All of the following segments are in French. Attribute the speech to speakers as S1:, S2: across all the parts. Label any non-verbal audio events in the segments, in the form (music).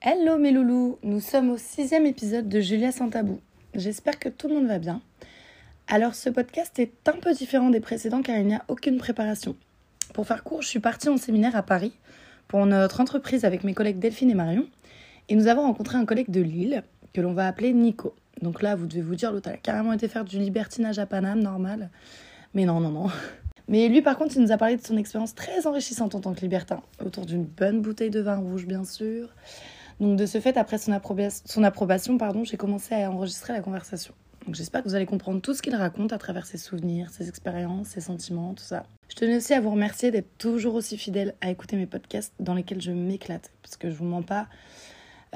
S1: Hello mes loulous, nous sommes au sixième épisode de Julia sans tabou. J'espère que tout le monde va bien. Alors ce podcast est un peu différent des précédents car il n'y a aucune préparation. Pour faire court, je suis partie en séminaire à Paris pour notre entreprise avec mes collègues Delphine et Marion et nous avons rencontré un collègue de Lille que l'on va appeler Nico. Donc là, vous devez vous dire, l'autre a carrément été faire du libertinage à Paname, normal. Mais non, non, non. Mais lui, par contre, il nous a parlé de son expérience très enrichissante en tant que libertin, autour d'une bonne bouteille de vin rouge, bien sûr. Donc de ce fait, après son, approba- son approbation, pardon, j'ai commencé à enregistrer la conversation. Donc j'espère que vous allez comprendre tout ce qu'il raconte à travers ses souvenirs, ses expériences, ses sentiments, tout ça. Je tenais aussi à vous remercier d'être toujours aussi fidèle à écouter mes podcasts dans lesquels je m'éclate, parce que je vous mens pas.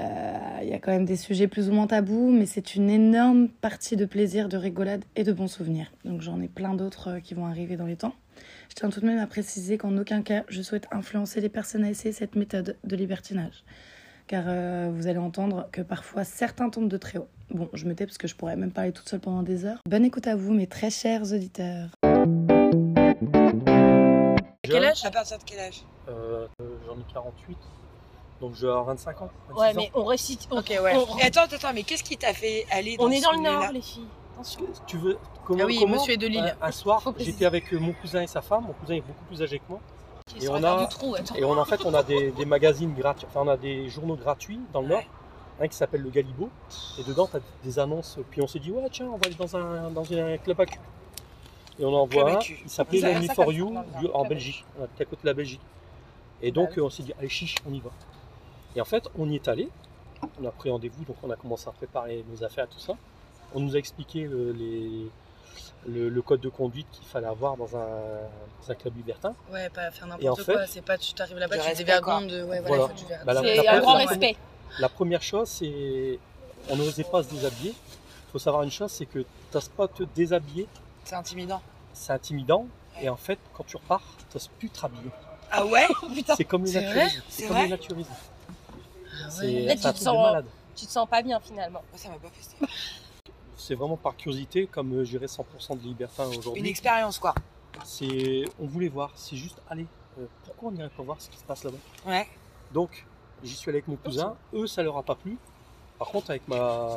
S1: euh, Il y a quand même des sujets plus ou moins tabous, mais c'est une énorme partie de plaisir, de rigolade et de bons souvenirs. Donc j'en ai plein d'autres euh, qui vont arriver dans les temps. Je tiens tout de même à préciser qu'en aucun cas, je souhaite influencer les personnes à essayer cette méthode de libertinage car euh, vous allez entendre que parfois certains tombent de très haut. Bon, je me tais parce que je pourrais même parler toute seule pendant des heures. Bonne écoute à vous, mes très chers auditeurs.
S2: Quel âge
S3: À partir de quel âge
S2: Euh, euh, J'en ai 48, donc je vais avoir 25 ans. 26
S4: Ouais,
S2: ans.
S4: mais on récite. On,
S3: Ok, ouais.
S4: on-
S3: Oh. Et attends, attends, attends, mais qu'est-ce qui t'a fait aller dans
S4: on est
S3: ce
S4: dans le
S3: milieu-là
S4: nord, les filles.
S2: Ah
S4: Attention.
S2: Tu veux comment,
S3: Ah oui,
S2: comment,
S3: monsieur est de Lille.
S4: bah,
S2: euh, un soir,
S4: Faut préciser.
S2: j'étais avec euh, mon cousin et sa femme. Mon cousin est beaucoup plus âgé que moi.
S4: Qui
S2: Et
S4: sort
S2: on
S4: dans
S2: a-
S4: du trou, attends.
S2: Et on, en fait, on a des, des magazines gratuits, enfin, on a des journaux gratuits dans le Nord. Un qui s'appelle le Galibo. Et dedans, tu as des annonces. Puis on s'est dit, ouais, tiens, on va aller dans un, dans un club à cul. Et on en
S3: Club
S2: voit
S3: à
S2: un.
S3: cul.
S2: Il s'appelait
S3: Vous avez
S2: Lonely
S3: ça
S2: for
S3: comme
S2: You
S3: ça, dans un
S2: du- en
S3: club à Bah
S2: Belgique. On était à côté de la Belgique. Et donc, euh, on s'est dit, allez, chiche, on y va. Et en fait, on y est allé. On a pris rendez-vous, donc on a commencé à préparer nos affaires, tout ça. On nous a expliqué euh, les- le, le code de conduite qu'il fallait avoir dans un, dans un club libertin.
S5: Ouais, pas faire
S2: Et en
S5: n'importe
S2: fait-
S5: quoi. C'est pas, tu t'arrives là-bas,
S3: Du
S5: tu
S3: respect,
S5: dévergondes. de- Ouais, voilà,
S2: Voilà.
S5: faut que tu vergondes.
S2: Bah, la-
S4: C'est
S2: la
S4: un
S2: première-
S4: grand
S2: la-
S4: respect.
S2: La première chose, c'est on n'osait pas se déshabiller. Il faut savoir une chose, c'est que t'oses pas te déshabiller,
S3: C'est intimidant.
S2: c'est intimidant. Et en fait, quand tu repars, t'oses plus te rhabiller.
S3: Ah (laughs) ouais
S5: (laughs) Oh,
S2: C'est comme le
S5: C'est
S2: naturisme. C'est
S3: C'est
S2: comme
S3: vrai
S2: le naturisme.
S5: Ah ouais.
S2: C'est
S4: Là,
S2: c'est un
S4: tu te
S2: truc de
S4: sens-
S2: malade.
S4: Tu te sens pas bien finalement.
S3: Moi, Oh, ça m'a pas fait ça.
S2: C'est vraiment par curiosité, comme euh, je dirais 100% de libertins
S3: Une
S2: aujourd'hui.
S3: expérience, quoi.
S2: C'est, on voulait voir, c'est juste, allez, euh, pourquoi on n'irait pas voir ce qui se passe là-bas
S3: Ouais.
S2: Donc, j'y suis allé avec mon cousin, eux, ça leur a pas plu. Par contre, avec ma...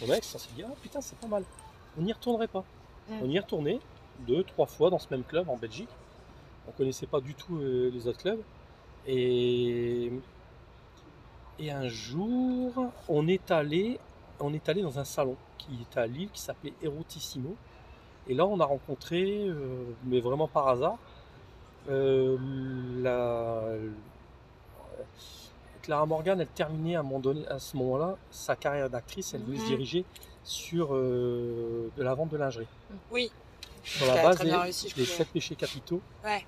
S2: mon ex, on s'est dit, ah putain, c'est pas mal. On n'y retournerait pas.
S3: Mm.
S2: On y est retourné deux, trois fois dans ce même club en Belgique. On connaissait pas du tout euh, les autres clubs. Et... Et un jour, on est allé, on est allé dans un salon qui était à Lille, qui s'appelait Erotissimo. Et là, on a rencontré, euh, mais vraiment par hasard, euh, la, Clara Morgan, elle terminait à, un moment donné- à ce moment-là sa carrière d'actrice. Elle voulait se
S3: Mhm.
S2: diriger sur euh, de la vente de lingerie.
S3: Oui.
S2: Sur la
S3: T'as
S2: base
S3: très
S2: des,
S3: bien réussi, je
S2: des
S3: crois.
S2: sept péchés capitaux.
S3: Ouais.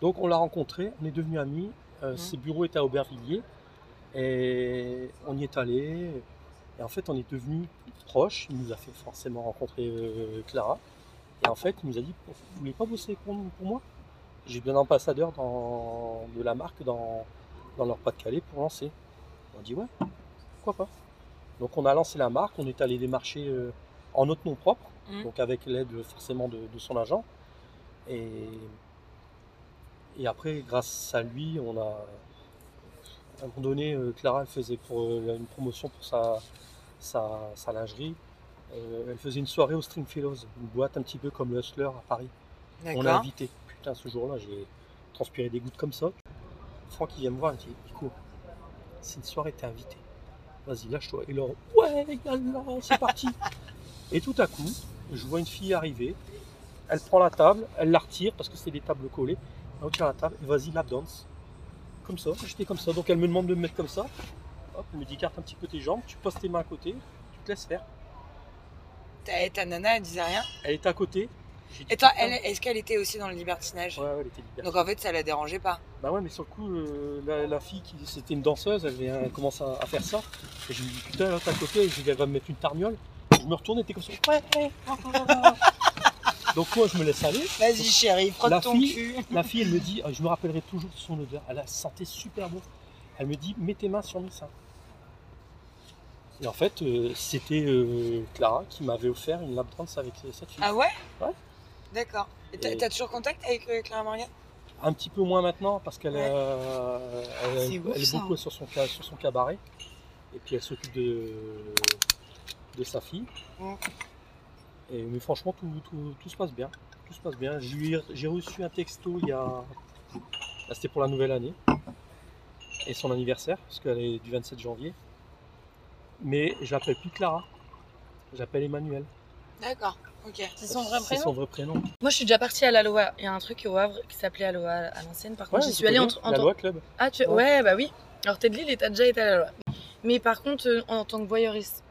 S2: Donc on l'a rencontrée, on est devenus amis. euh,
S3: Mhm.
S2: Ses bureaux étaient à Aubervilliers. Et on y est allé. Et en fait, on est devenus proches. Il nous a fait forcément rencontrer euh, Clara. Et en fait, il nous a dit Vous voulez pas bosser pour, nous- pour moi J'ai bien un ambassadeur dans, de la marque dans, dans leur Pas-de-Calais pour lancer. On dit Ouais, pourquoi pas Donc on a lancé la marque, on est allé démarcher euh, en notre nom propre,
S3: Mhm.
S2: donc avec l'aide forcément de, de son agent. Et, et après, grâce à lui, on a. À un moment donné, euh, Clara, elle faisait pour, euh, une promotion pour sa, sa, sa lingerie. Euh, elle faisait une soirée au Stringfellows, une boîte un petit peu comme le Hustler à Paris. On l'a
S3: D'accord.
S2: invité. Putain, ce jour-là, j'ai transpiré des gouttes comme ça. Franck, il vient me voir, il me dit Nico, c'est une soirée, t'es invité. Vas-y, lâche-toi. Et là, ouais, gala, c'est parti. Et tout à coup, je vois une fille arriver. Elle prend la table, elle la retire parce que c'est des tables collées. Elle retire la table et vas-y, lap dance. Comme ça, j'étais comme ça. Donc elle me demande de me mettre comme ça. Hop, elle me dit carte un petit peu tes jambes, tu poses tes mains à côté, tu te laisses faire.
S3: Ta, ta nana, elle disait rien.
S2: Elle était à côté. J'ai dit,
S3: Attends,
S2: Putain.
S3: elle, est-ce qu'elle était aussi dans le libertinage
S2: Ouais, ouais, elle était libérée.
S3: Donc en fait, ça la dérangeait pas.
S2: Bah ouais, mais sur le coup, euh, la, la fille qui c'était une danseuse, elle, vient- elle commence à, à faire ça. Et je me dis putain, là, t'es à côté, je dis, elle va me mettre une tarniole. Je me retourne et t'es comme ça. Ouais, ouais. ah, ah, ah, ah. Donc moi, je me laisse aller.
S3: Vas-y, chérie, frotte
S2: La
S3: ton
S2: fille-
S3: cul.
S2: La fille, elle me dit, euh, je me rappellerai toujours de son odeur. Elle a sentait super bon. Elle me dit, mets tes mains sur mes seins. Et en fait, euh, c'était euh, Clara qui m'avait offert une lap dance avec cette fille.
S3: Ah ouais
S2: Ouais.
S3: D'accord. Et t'as
S2: Et-
S3: t'as toujours contact avec euh, Clara Morgan
S2: Un petit peu moins maintenant parce qu'elle
S3: Ouais.
S2: euh, elle,
S3: C'est ouf,
S2: elle est
S3: ça,
S2: beaucoup sur son, ca- sur son cabaret. Et puis elle s'occupe de, de sa fille.
S3: Mm.
S2: Et, mais franchement, tout, tout- tout se passe bien. Tout se passe bien. Je lui ai- J'ai reçu un texto il y a. là, C'était pour la nouvelle année. Et son anniversaire, parce qu'elle est du 27 janvier. Mais je l'appelle plus Clara. J'appelle Emmanuel.
S3: D'accord, ok.
S4: C'est son vrai
S2: C'est
S4: prénom.
S2: son vrai prénom.
S5: Moi, je suis déjà partie à l'Aloha. Il y a un truc au Havre qui s'appelait Aloha à l'ancienne. Par contre,
S2: Ouais,
S5: j'y
S2: je
S5: suis allée en,
S2: connais,
S5: en
S2: la
S5: tant-
S2: loi club.
S5: Ah, tu...
S2: Ouais.
S5: ouais. bah oui. Alors, t'es de Lille et t'as déjà été à l'Aloha. Mais par contre, euh, en tant que voyeuriste,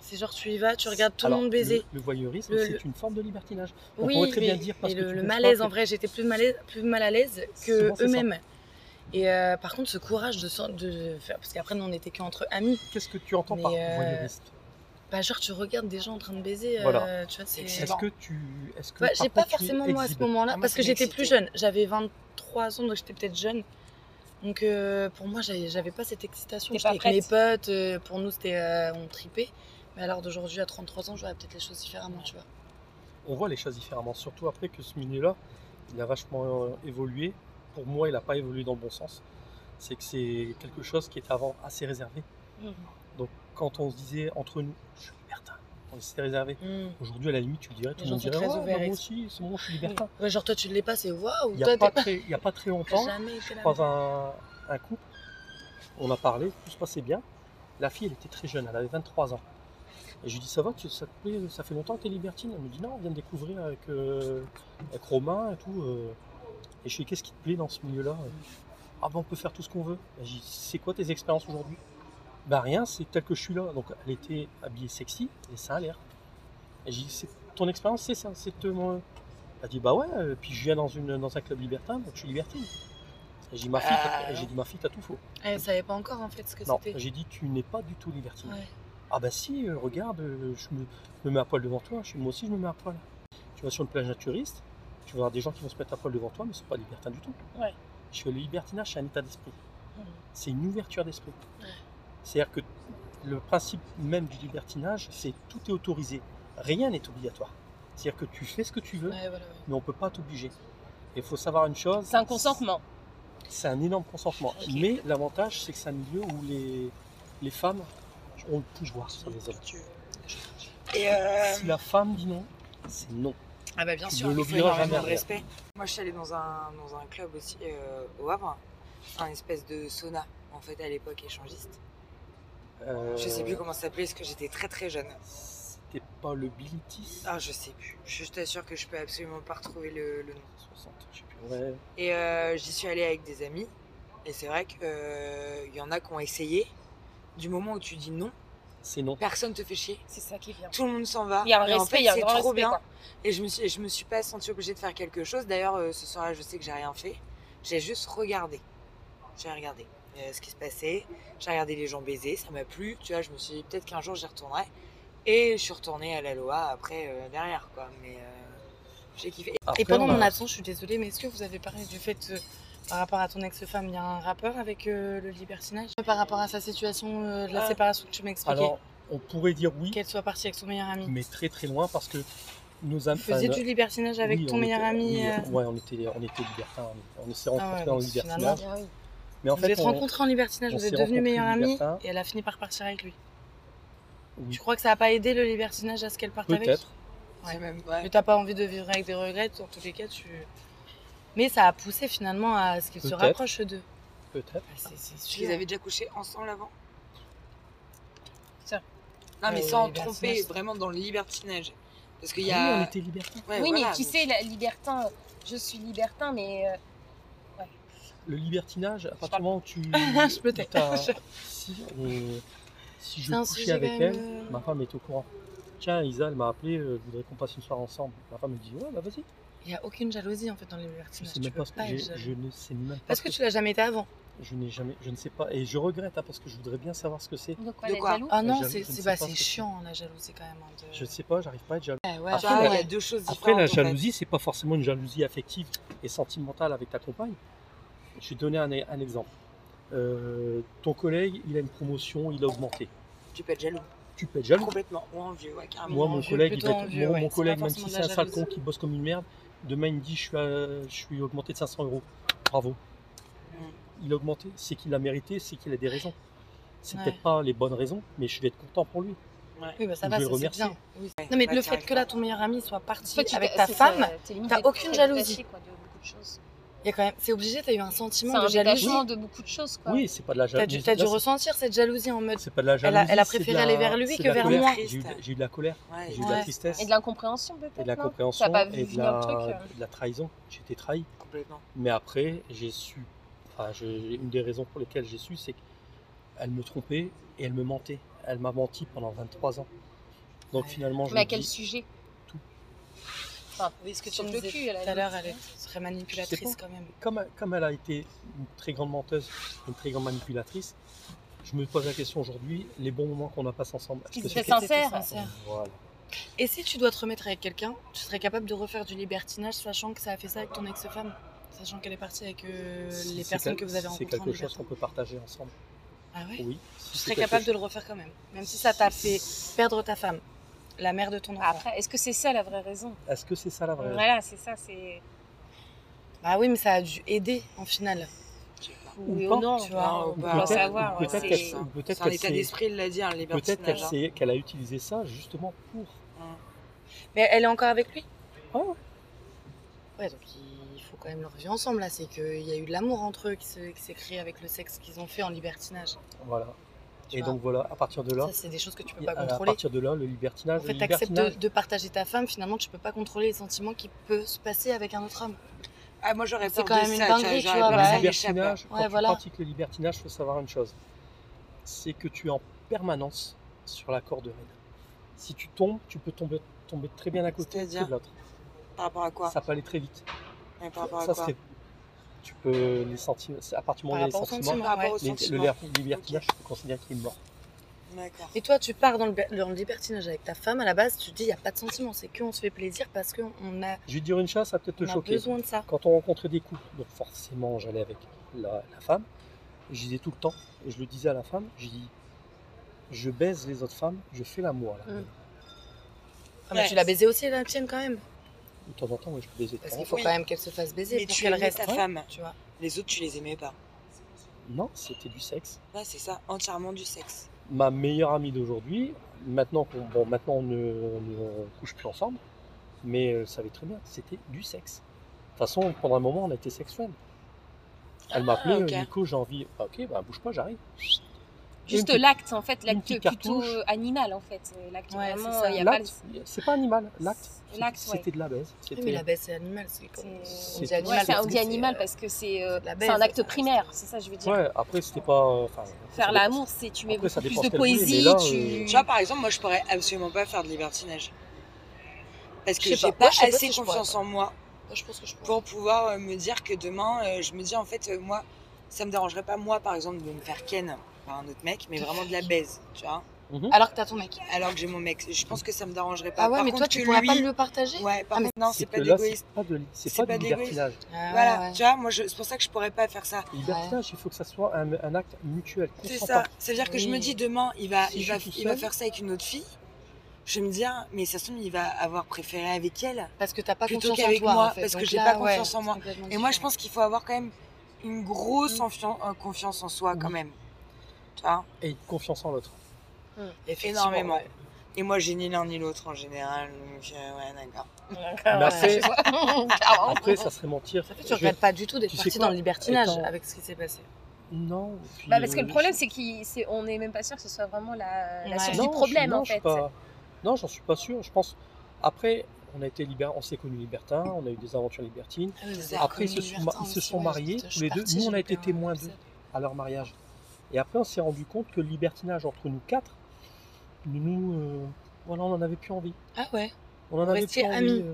S5: c'est genre tu y vas, tu regardes tout
S2: Alors,
S5: le monde baiser.
S2: Le, voyeurisme,
S5: Le-
S2: c'est une forme de libertinage. on
S5: Oui,
S2: pourrait très
S5: mais,
S2: bien dire parce
S5: mais
S2: que
S5: le,
S2: tu
S5: le
S2: bouges pas,
S5: malaise,
S2: t'es-
S5: en vrai, j'étais plus, malaise, plus mal à l'aise que
S2: Souvent, c'est ça.
S5: eux-mêmes. Et euh, par contre, ce courage de, s'en- de faire. Parce qu'après, nous, on était qu'entre amis.
S2: Qu'est-ce que tu entends
S5: Mais,
S2: par
S5: euh,
S2: voyeuriste
S5: Bah, genre, tu regardes des gens en train de baiser. euh,
S2: Voilà.
S5: tu vois, c'est.
S3: Excellent.
S2: Est-ce que tu. Est-ce que.
S5: Ouais,
S2: par
S5: Bah, j'ai pas
S2: contre, tu
S5: forcément moi à ce
S2: exhibes
S5: moment-là
S3: Ah, moi,
S5: parce
S3: ça
S5: que j'étais plus
S3: m'excitait.
S5: jeune. J'avais 23 ans donc j'étais peut-être jeune. Donc euh, pour moi j'avais j'avais pas cette excitation.
S4: T'es
S5: J'étais
S4: pas
S5: avec mes potes, euh, pour nous c'était euh, on tripait. Mais alors d'aujourd'hui à 33 ans j'aurais peut-être les choses différemment tu vois.
S2: on voit les choses différemment. Surtout après que ce milieu-là, il a vachement euh, évolué. Pour moi, il n'a pas évolué dans le bon sens. C'est que c'est quelque chose qui était avant assez réservé.
S5: Mhm.
S4: Mmh.
S2: Donc, quand on se disait entre nous, je suis libertin, on s'était réservé.
S5: Mmh.
S2: Aujourd'hui, à la limite, tu le dirais, tout le
S5: gens
S2: monde
S5: sont
S2: dirait,
S5: très
S2: Ouais, bah,
S5: ouverts
S2: moi
S5: et tout.
S2: aussi, c'est bon, je suis
S5: (laughs)
S2: libertin.
S5: Ouais, genre toi tu l'es pas c'est waouh
S2: Il n'y
S5: toi
S2: a,
S5: t'es
S2: pas
S5: pas
S2: très- il y a pas très
S5: t'as
S2: longtemps,
S5: jamais été là.
S2: croise un, un couple, on a parlé, tout se passait bien. La fille, elle était très jeune, elle avait 23 ans. Et je lui dis, ça va, tu- ça, te plaît, ça fait longtemps que t'es libertine Elle me dit, non, on vient de découvrir avec, euh, avec Romain et tout. euh. Et je lui dis, qu'est-ce qui te plaît dans ce milieu-là Ah ben, on peut faire tout ce qu'on veut. Et je lui dis, c'est quoi tes expériences aujourd'hui Bah rien, c'est tel que je suis là. Donc elle était habillée sexy, et ça a l'air. Et je lui dis, c'est- ton expérience, c'est ça, c'est te- mon- Elle dit, bah ouais, euh, puis je viens dans, une, dans un club libertin, donc je suis libertine. Et j'ai dit, ma fille, t'as-
S3: Ah.
S2: j'ai dit, ma fille, t'as tout faux.
S5: Elle savait pas encore en fait ce que
S2: Non,
S5: c'était.
S2: j'ai dit tu n'es pas du tout libertine.
S5: Ouais.
S2: Ah bah si, euh, regarde, euh, je me, je me mets à poil devant toi, je- moi aussi je me mets à poil. Tu vas sur une plage naturiste, tu vas voir des gens qui vont se mettre à poil devant toi, mais c'est pas libertin du tout.
S4: Ouais.
S2: Je fais le libertinage, c'est un état d'esprit.
S5: Mhm.
S2: C'est une ouverture d'esprit.
S5: Ouais.
S2: C'est-à-dire que le principe même du libertinage, c'est tout est autorisé. Rien n'est obligatoire. C'est-à-dire que tu fais ce que tu veux,
S5: Ouais, voilà, ouais.
S2: mais on peut pas t'obliger. Et il faut savoir une chose.
S4: C'est un consentement.
S2: C'est un énorme consentement. Mais l'avantage, c'est que c'est un milieu où les, les femmes ont le pouvoir sur les hommes.
S3: Et euh,
S2: Si la femme dit non, c'est non.
S5: Ah bah bien
S2: Tu
S5: sûr.
S2: ne
S3: il faut
S2: l'obligeras jamais
S3: énormément
S2: à
S3: de
S2: rien.
S3: respect. Moi, je suis allée dans un, dans un club aussi euh, au Havre, un espèce de sauna, en fait, à l'époque échangiste.
S2: Euh,
S3: Je sais plus comment ça s'appelait, parce que j'étais très très jeune.
S2: C'était pas le Bilitis
S3: Ah, je sais plus. Je t'assure que je peux absolument pas retrouver le, le nom.
S2: 60, je sais plus. Ouais.
S3: Et euh, j'y suis allée avec des amis. Et c'est vrai qu'il y en a qui ont essayé. Du moment où tu dis non,
S2: C'est non.
S3: personne te fait chier.
S4: C'est ça qui vient.
S3: Tout le monde s'en va.
S4: Il y a un
S3: Et en
S4: respect,
S3: fait,
S4: il y a un
S3: c'est
S4: grand
S3: trop
S4: respect.
S3: bien.
S4: quoi.
S3: Et je me suis, je me suis pas sentie obligée de faire quelque chose. D'ailleurs, euh, ce soir-là, je sais que j'ai rien fait. J'ai juste regardé. J'ai regardé euh, ce qui se passait. J'ai regardé les gens baiser. Ça m'a plu. Tu vois, je me suis dit peut-être qu'un jour j'y retournerai. Et je suis retournée à la Loa après euh, derrière, quoi. Mais euh, j'ai kiffé.
S5: Et
S2: Après,
S5: pendant
S2: on a-
S5: mon absence, je suis désolée, mais est-ce que vous avez parlé du fait que, par rapport à ton ex-femme, il y a un rapport avec euh, le libertinage Par rapport à sa situation euh, de la
S3: Ah.
S5: séparation que tu m'expliquais
S2: Alors, on pourrait dire oui,
S5: Qu'elle soit partie avec son meilleur ami
S2: mais très très loin parce que nos amis.
S5: Vous faisiez du libertinage avec ton meilleur ami euh, Ah
S2: Ouais, on était, on était libertins. On, on s'est
S5: ouais,
S2: rencontrés en
S5: donc
S2: libertinage.
S5: finalement,
S2: Mais en
S5: Vous
S2: fait,
S5: êtes
S2: on-
S5: rencontrés en libertinage,
S2: on
S5: vous êtes
S2: s'est
S5: devenus
S2: rencontrés
S5: meilleurs amis
S2: libertins.
S5: et elle a fini par partir avec lui.
S2: oui,
S5: Tu crois que ça n'a pas aidé le libertinage à ce qu'elle parte avec
S2: peut-être.
S5: Ouais.
S3: C'est même,
S5: Mais
S3: ouais.
S5: t'as pas envie de vivre avec des regrets, dans tous les cas, tu. Mais ça a poussé finalement à ce qu'ils se
S2: Peut-être.
S5: rapprochent d'eux.
S2: Peut-être.
S5: Ah, c'est- c'est
S3: Ils
S5: sûr.
S3: avaient déjà couché ensemble avant
S4: Ça.
S3: Non,
S5: Euh,
S3: mais sans
S5: libertinage,
S3: tromper,
S5: ça.
S3: vraiment dans le libertinage. Parce qu'il
S4: Ah
S2: Oui,
S3: y a.
S2: on était libertins.
S3: Ouais,
S4: oui,
S3: voilà,
S4: mais qui
S3: donc-
S4: sait, la- libertin, euh, je suis libertin, mais euh,
S2: Le libertinage, à partir du
S4: pas.
S2: moment où tu.
S5: (laughs) Je peux
S2: où
S5: taire.
S2: t'as- si, euh, si je
S5: C'est un
S2: couchais
S5: sujet
S2: avec
S5: quand
S2: elle, Bah.
S5: même, euh,
S2: ma femme est au courant. Tiens, Isa, elle m'a appelé, euh, je voudrais qu'on passe une soirée ensemble. Ma femme me dit, ouais, bah vas-y.
S5: Il n'y a aucune jalousie en fait dans les
S2: Je,
S5: libertinages.
S2: sais
S5: Tu
S2: même
S5: peux
S2: pas ce que
S5: pas
S2: j'ai-
S5: être jaloux.
S2: je ne sais même pas.
S5: Parce
S2: ce
S5: que tu l'as jamais été avant.
S2: Je n'ai jamais. Je ne sais pas. Et je regrette, hein, parce que je voudrais bien savoir ce que c'est.
S4: de quoi
S3: De
S4: elle est
S3: quoi
S4: jaloux
S5: Ah non,
S2: jaloux,
S5: c'est
S2: je ne
S5: c'est-
S2: sais
S5: bah,
S2: pas ce
S5: c'est
S2: que c'est.
S5: chiant la jalousie quand même. hein, de- Eh,
S2: Je ne sais pas, j'arrive pas à être jaloux.
S5: Ouais, ouais,
S3: Tu
S2: Après,
S5: enfin,
S3: vois, il y
S5: ouais.
S3: a deux choses différentes.
S2: Après, la
S3: en fait.
S2: jalousie, c'est pas forcément une jalousie affective et sentimentale avec ta compagne. Je vais te donner un, un exemple. Euh, ton collègue, il a une promotion, il a augmenté.
S3: Tu peux être jaloux.
S2: Tu peux être jaloux.
S3: Complètement. Ou envieux, ouais, carrément.
S2: Moi,
S5: Ah, Mon
S2: mon
S5: vieux,
S2: collègue, il
S5: plutôt
S2: va être-
S5: un vieux,
S2: mon,
S5: ouais.
S2: mon
S5: C'est
S2: collègue,
S5: pas
S2: même si
S5: forcément
S2: c'est
S5: de
S2: un
S5: la
S2: sale con
S5: jalousie.
S2: qui bosse comme une merde, demain il me dit je suis, à- je suis augmenté de 500 euros. Bravo.
S3: Mm.
S2: Il a augmenté, c'est qu'il a mérité, c'est qu'il a des raisons. C'est
S5: Ouais.
S2: peut-être pas les bonnes raisons, mais je vais être content pour lui.
S5: Oui, bah ça
S2: Je
S5: va,
S2: le
S5: ça, c'est
S2: remercie.
S5: bien.
S3: Oui, c'est-
S5: Non, mais
S3: bah,
S5: le
S3: t'y
S5: fait
S3: arrives
S5: que là,
S3: pas.
S5: ton meilleur ami soit parti
S4: Toi, tu
S5: avec
S4: t'es-
S5: ta
S4: c'est-
S5: femme,
S4: c'est- t'es limite
S5: t'as
S4: déta-
S5: aucune
S4: détaché,
S5: jalousie.
S4: quoi, de beaucoup de choses.
S5: il y a quand même, c'est obligé, t'as eu un
S4: C'est
S5: sentiment
S4: un
S5: de jalousie.
S4: détachement de beaucoup de choses, quoi.
S2: Oui, c'est pas de la
S5: T'as
S2: jalousie.
S5: dû, t'as dû ressentir cette jalousie en mode.
S2: C'est pas de la
S5: Elle
S2: jalousie.
S5: a- elle a
S2: c'est de
S5: préféré
S2: la-
S5: aller vers lui
S2: c'est de
S5: que
S2: la
S5: vers
S2: colère.
S5: moi.
S2: J'ai eu, de- j'ai eu de la colère,
S3: Ouais,
S2: j'ai eu
S3: j'ai
S2: de
S5: Ouais.
S2: la tristesse,
S4: Et de l'incompréhension, peut-être.
S2: et de la
S4: non
S2: compréhension,
S4: T'as pas vu
S2: et de
S4: venir
S2: la,
S4: le truc. euh.
S2: de la trahison. J'ai été trahi.
S3: complètement.
S2: Mais après, j'ai su. Enfin, je- une des raisons pour lesquelles j'ai su, c'est qu'elle me trompait et elle me mentait. Elle m'a menti pendant 23 ans. Donc
S3: Ouais.
S2: finalement, je
S4: Mais à
S2: me
S4: quel
S2: dis,
S4: sujet
S2: Tout.
S4: Enfin, oui, ce que tu
S5: Sur
S4: me
S5: le
S4: disais
S5: cul,
S4: tout
S5: Tout à l'heure, elle est très manipulatrice quand même.
S2: comme, comme elle a été une très grande menteuse, une très grande manipulatrice, je me pose la question aujourd'hui, les bons moments qu'on a passés ensemble, est-ce
S4: Ils
S2: que
S4: étaient
S2: c'était-
S5: C'était
S4: sincère.
S5: sincère.
S2: Voilà.
S5: Et si tu dois te remettre avec quelqu'un, tu serais capable de refaire du libertinage, sachant que ça a fait ça avec ton ex-femme, sachant qu'elle est partie avec euh,
S2: Si
S5: les
S2: c'est
S5: personnes que
S2: quel-
S5: vous avez
S2: si
S5: rencontrées.
S2: C'est
S5: en
S2: quelque chose qu'on
S5: libertin.
S2: peut partager ensemble.
S5: Ah ouais
S2: Oui.
S5: Tu
S2: Si c'est
S5: serais
S2: quelque
S5: capable de
S2: chose-
S5: le refaire quand même, même si ça t'a fait perdre ta femme, la mère de ton enfant.
S4: Après, est-ce que c'est ça la vraie raison
S2: Est-ce que c'est ça la vraie raison
S4: Voilà, c'est ça, c'est.
S5: Bah oui, mais ça a dû aider en finale.
S3: Je sais pas.
S4: Oui
S2: pas,
S4: ou non,
S5: tu
S4: tu
S5: vois,
S4: vois,
S3: ou
S4: on peut
S3: peut-être-
S4: pas savoir.
S2: ou peut-être
S4: c'est-
S2: qu'elle- ou peut-être
S3: C'est un
S2: qu'elle
S3: état
S2: s'est-
S3: d'esprit de la dire, le
S2: Peut-être qu'elle
S3: libertinage. hein.
S2: s'est- qu'elle a utilisé ça justement pour.
S5: Mais elle est encore avec lui
S4: Oh,
S2: Ouais, ouais.
S5: Ouais, donc il faut quand même leur vie ensemble là. C'est qu'il y a eu de l'amour entre eux qui se- qui s'est créé avec le sexe qu'ils ont fait en libertinage.
S2: Voilà.
S5: Tu
S2: Et
S5: vois.
S2: donc voilà, à partir de là,
S5: Ça, c'est des choses que tu peux
S2: il- euh,
S5: pas
S2: à
S5: contrôler.
S2: partir de là, le libertinage,
S5: En fait,
S2: le
S5: t'acceptes de,
S2: libertinage,
S5: de partager ta femme, finalement, tu peux pas contrôler les sentiments qui peuvent se passer avec un autre homme.
S3: Ah, moi j'aurais
S5: C'est
S3: peur
S5: quand
S3: de
S5: même une
S3: ça,
S5: dinguerie, tu
S3: j'aurais
S5: vois, bah
S3: peur que
S5: ouais.
S3: ça
S2: le
S3: m'échappe. hein.
S2: libertinage, quand
S5: Ouais,
S2: tu
S5: voilà.
S2: pratiques le libertinage, faut savoir une chose, c'est que tu es en permanence sur la corde raide. Si tu tombes, tu peux tomber, tomber très bien à côté
S3: C'est-à-dire
S2: de l'autre.
S3: Par rapport à quoi
S2: Ça peut aller très vite.
S3: Ouais, Par rapport à
S2: ça
S3: quoi
S2: c'est, tu peux les sentiments, c'est à partir du
S5: Par
S2: moment où il y a les
S5: rapport aux
S2: sentiments,
S5: sentiments.
S3: Par rapport
S5: ouais.
S3: au
S2: les- le
S3: sentiment.
S2: ler- le libertinage, tu peux considérer qu'il est mort.
S3: D'accord.
S5: Et toi, tu pars dans le, dans le libertinage avec ta femme, à la base, tu te dis, il n'y a pas de sentiment, c'est qu'on se fait plaisir parce qu'on a,
S2: Je vais te dire une chose, ça va peut-être te
S5: on a
S2: choquer.
S5: besoin de ça.
S2: Quand on rencontrait des couples, donc forcément j'allais avec la, la femme, et je disais tout le temps, et je le disais à la femme, je dis je baise les autres femmes, je fais l'amour. Là.
S5: Mm. Ah,
S3: Ouais.
S5: mais tu l'as baisée aussi, la tienne, quand même.
S2: De temps en temps, oui, je peux baiser. de
S5: Parce
S2: temps en
S5: qu'il faut
S3: Oui.
S5: quand même qu'elle se fasse baiser
S3: Mais
S5: pour
S3: tu
S5: qu'elle
S3: aimais
S5: reste.
S3: ta
S5: Ouais.
S3: femme.
S5: Tu vois.
S3: Les autres, tu les aimais pas.
S2: temps. Non, c'était du sexe.
S3: Ouais, c'est ça, entièrement du sexe.
S2: Ma meilleure amie d'aujourd'hui, maintenant qu'on bon, maintenant on ne, on ne couche plus ensemble, mais euh, savait très bien, c'était du sexe. De toute façon, pendant un moment, on a été sexuel. Elle m'a appelé, euh,
S3: ok.
S2: Nico, j'ai envie. Ah, ok, bah bouge pas, j'arrive.
S4: Juste
S2: Une petite-
S4: l'acte, en fait,
S2: une
S4: l'acte
S2: petite
S4: plutôt
S2: cartouche.
S4: animal, en fait. L'acte
S5: Ouais, c'est
S4: vraiment,
S5: ça.
S4: il y a pas de-
S2: L'acte, c'est pas animal. L'acte,
S4: L'acte,
S2: c'était
S4: ouais.
S2: de la baise.
S5: Oui,
S2: C'était
S5: mais la baisse, c'est animal. C'est
S4: C'est-
S5: on
S2: Ouais,
S5: dit
S2: c'est
S5: animal.
S4: Ouais, c'est-
S5: parce
S4: on
S5: que
S4: dit
S5: c'est,
S4: animal
S5: euh,
S4: parce que c'est euh,
S5: de la
S4: c'est un
S5: baise,
S4: acte
S5: ça.
S4: primaire, c'est ça je veux dire.
S2: Ouais, après, c'était pas. euh, enfin, ça
S4: Faire
S2: dépend-
S4: l'amour, c'est tu mets
S2: Après, ça
S4: beaucoup
S2: dépend
S4: plus de
S2: ce qu'elle voulait, mais
S4: poésie,
S2: là, euh,
S4: tu.
S5: Mm.
S3: Tu vois, par exemple, moi je pourrais absolument pas faire de libertinage. Parce
S5: Je
S3: que
S5: sais
S3: j'ai
S5: pas.
S3: pas
S5: Moi, je sais pas
S3: assez
S5: si je pourrais
S3: confiance
S5: pas.
S3: en moi
S5: Moi, je pense que je pourrais.
S3: pour pouvoir euh, me dire que demain, euh, je me dis en fait, euh, moi, ça me dérangerait pas, moi par exemple, de me faire ken par un autre mec, mais vraiment de la baise, tu vois.
S5: Alors que t'as ton mec.
S3: Alors que j'ai mon mec, je pense que ça me dérangerait pas.
S5: Ah ouais,
S3: par
S5: mais
S3: contre,
S5: toi, tu
S3: que
S5: pourras
S3: lui...
S5: pas le partager
S3: Ouais, par
S5: Ah, mais
S3: contre, non, c'est
S2: c'est
S3: pas
S2: que là,
S3: d'égoïste.
S2: c'est pas de, c'est
S3: C'est
S2: pas
S3: pas
S2: du
S3: d'égoïste.
S2: libertinage.
S5: Ah,
S3: Voilà,
S5: ouais, ouais.
S3: tu vois, moi, je... c'est pour ça que je pourrais pas faire ça.
S2: Le Libertinage, il faut que ça soit un, un acte mutuel.
S3: C'est
S2: consentant.
S3: ça. C'est-à-dire que je
S5: Oui.
S3: me dis demain, il va,
S2: Si
S3: il
S2: je
S3: va,
S2: suis tout
S3: il va
S2: seul.
S3: faire ça avec une autre fille. Je vais me dire, mais ça se trouve, il va avoir préféré avec elle.
S5: Parce que t'as pas
S3: Plutôt
S5: confiance en
S3: qu'avec
S5: toi.
S3: moi,
S5: en fait.
S3: parce que
S5: Donc
S3: j'ai
S5: là,
S3: pas
S5: ouais,
S3: confiance en
S5: c'est
S3: moi.
S5: complètement
S3: Et moi, je
S5: différent.
S3: pense qu'il faut avoir quand même une grosse
S5: Mm.
S3: enfian- euh, confiance en soi, quand
S2: Oui.
S3: même. Tu vois
S2: Et une confiance en l'autre.
S5: Effectivement,
S3: Énormément.
S5: (laughs) ouais.
S3: Et moi, j'ai ni l'un ni l'autre en général. Donc, euh, ouais, d'accord.
S2: Mais après,
S5: Ah,
S4: Clairement.
S2: après, ça serait mentir.
S5: Ça fait,
S2: Je-
S5: tu regrettes pas du tout d'être
S2: tu sais
S5: parti
S2: quoi
S5: dans le libertinage
S2: Étant-
S5: avec ce qui s'est passé.
S2: Non. puis,
S4: Bah, parce que
S2: euh,
S4: le problème, c'est qu'on n'est même pas sûr que ce soit vraiment la,
S5: Ouais.
S4: la source
S2: Non,
S4: du problème,
S2: je- non,
S4: en
S2: je suis
S4: fait.
S2: pas- Non, j'en suis pas sûr. Je pense. Après, on a été libér... on s'est connus libertins, on a eu des aventures libertines. Après, ils se sont- ils se sont mariés, tous les deux. Nous, on a été témoins d'eux. à leur mariage. Et après, on s'est rendu compte que le libertinage entre nous quatre, nous, nous, euh, voilà, on n'en avait plus envie.
S5: Ah ouais
S2: On en
S5: Vous
S2: avait
S5: restiez
S2: plus envie.
S5: amis.
S2: euh,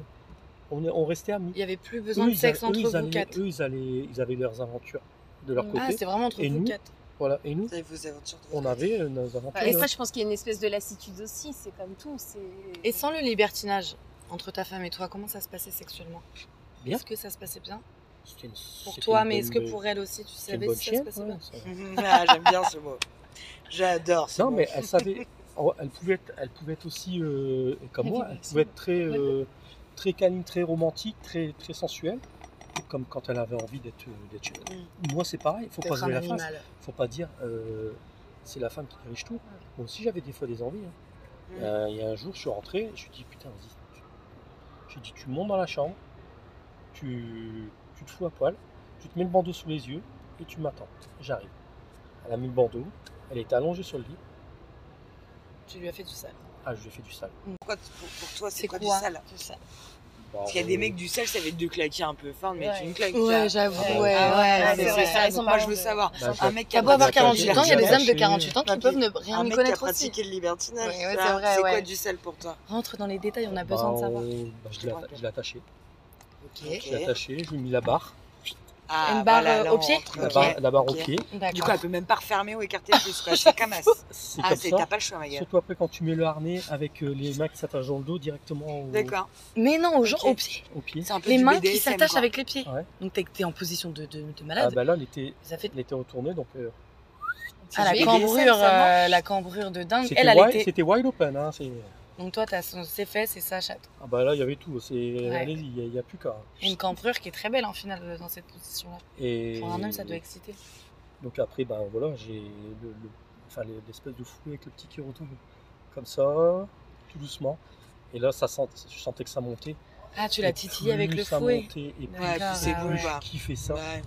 S2: On, est- on restait amis.
S5: Il n'y avait plus besoin de
S2: ils
S5: sexe
S2: allaient-
S5: entre
S2: eux, ils
S5: vous
S2: allaient-
S5: quatre.
S2: eux, ils, allaient- ils avaient leurs aventures de leur
S4: Ah,
S5: Ah,
S2: côté.
S5: c'était vraiment entre
S2: Et
S5: vous
S2: nous,
S5: quatre.
S2: voilà. Et nous,
S3: Vous avez vos aventures de votre
S2: on
S3: côté.
S2: avait euh, nos aventures.
S4: Et ça, je pense qu'il y a une espèce de lassitude aussi, c'est comme tout. c'est-
S5: Et sans le libertinage entre ta femme et toi, comment ça se passait sexuellement
S2: Bien.
S5: Est-ce que ça se passait bien
S2: C'était une-
S5: Pour
S2: c'était
S5: toi,
S2: une
S5: mais
S2: bonne-
S5: est-ce que pour elle aussi, tu
S2: c'était une
S5: savais
S2: bonne
S5: si ça se
S2: chienne,
S5: passait
S2: ouais,
S5: bien
S2: ça-
S3: (laughs) Ah, J'aime bien ce mot. J'adore
S5: (laughs)
S3: ce
S2: Non,
S3: mot.
S2: mais elle savait. oh, Elle pouvait être, elle pouvait être aussi, euh, comme moi, elle pouvait être très, euh, très câline, très romantique, très, très sensuelle, comme quand elle avait envie d'être. d'être-
S3: Mm.
S2: Moi, c'est pareil, il faut pas
S5: D'être
S2: se
S5: un
S2: la face.
S5: animal.
S2: faut pas dire euh, c'est la femme qui dirige tout. Moi aussi, j'avais des fois des envies. hein.
S3: Mm.
S2: Euh, Il y a un jour, je suis rentré, je me suis dit, putain, vas-y, tu- j'ai dit, tu montes dans la chambre, tu, tu te fous à poil, tu te mets le bandeau sous les yeux et tu m'attends. J'arrive. Elle a mis le bandeau, elle était allongée sur le lit.
S5: Tu lui as fait du sale.
S2: Ah, je lui ai fait du sale.
S3: Pourquoi t- pour, pour toi, c'est
S5: C'est
S3: quoi,
S5: quoi,
S3: du sale
S5: du sale
S2: Bah,
S3: Parce qu'il y a
S2: euh,
S3: des mecs du sale, ça va être de claquer un peu fin, de mettre
S4: Ouais.
S3: une claque. tu vois.
S5: Ouais, j'avoue.
S2: Ah,
S5: Ouais,
S3: Ah ouais,
S5: ouais,
S3: c'est
S5: c'est
S3: vrai.
S5: vrai.
S4: Elles sont
S3: Moi, je veux savoir.
S4: marrantes.
S2: Bah,
S3: Un mec qui
S5: T'as beau avoir
S2: On a pas
S5: 48 ans, il y a des
S2: cherché.
S5: hommes de 48 ans qui peuvent ne rien y
S3: un mec qui a
S5: connaître aussi.
S3: pratiqué le libertinage.
S5: Ouais, ouais,
S3: ça,
S5: c'est vrai,
S3: C'est quoi
S5: ouais.
S3: du sale pour toi
S5: Rentre dans les détails, on a besoin de savoir.
S2: bah, euh, je l'ai atta- je l'ai attaché.
S3: Ok.
S2: Je l'ai attaché, je lui ai mis la barre,
S3: Ah,
S5: Une barre,
S3: voilà,
S5: euh,
S3: là,
S5: au
S3: on
S5: pied
S3: rentre.
S2: la
S3: Ok.
S2: barre, la barre
S3: Ok.
S2: au pied.
S3: Du coup,
S5: D'accord.
S3: elle peut même pas refermer ou écarter plus, quoi. C'est comme ça.
S2: C'est
S3: Ah,
S2: comme
S3: c'est-
S2: ça.
S3: t'as pas le choix, ma gueule.
S2: Surtout après quand tu mets le harnais avec euh, les mains qui s'attachent dans le dos directement au,
S3: D'accord.
S5: Mais non, aux gens,
S3: Ok.
S5: aux pieds.
S2: au pied.
S3: C'est un peu
S5: Les
S3: du
S5: mains qui
S3: BDSM,
S5: s'attachent
S3: quoi.
S5: avec les pieds.
S2: Ouais.
S5: Donc t'es t'es en position de, de- de
S2: Ah
S5: malade.
S2: bah là, elle était,
S5: Ça fait
S2: elle était retournée, donc euh,
S5: Ah, la
S4: Mais
S5: cambrure,
S4: BDSM, ça
S5: euh, la cambrure de dingue.
S2: c'était
S5: Elle, elle
S2: wide,
S5: était.
S2: c'était wide open. Hein, c'est-
S5: Donc toi, t'as son- ses fesses et sa chatte.
S2: ah bah là, il y avait tout. C'est allez-y, il n'y a, plus qu'à.
S5: Une cambrure qui est très belle en finale euh, dans cette position-là.
S2: Et
S5: Pour un homme, ça doit exciter.
S2: donc après, ben voilà, j'ai le, le- enfin, les- l'espèce de fou avec le petit qui retourne comme ça, tout doucement. Et là, ça sent, je sentais que ça montait.
S5: Ah, tu l'as
S2: Et
S5: titillé avec
S2: plus
S5: le
S2: ça
S5: fouet.
S2: montait, et plus
S3: Ouais, puis
S5: D'accord,
S3: c'est
S5: ah
S3: bon,
S5: ouais.
S3: quoi.
S2: je kiffais ça.
S3: Ouais.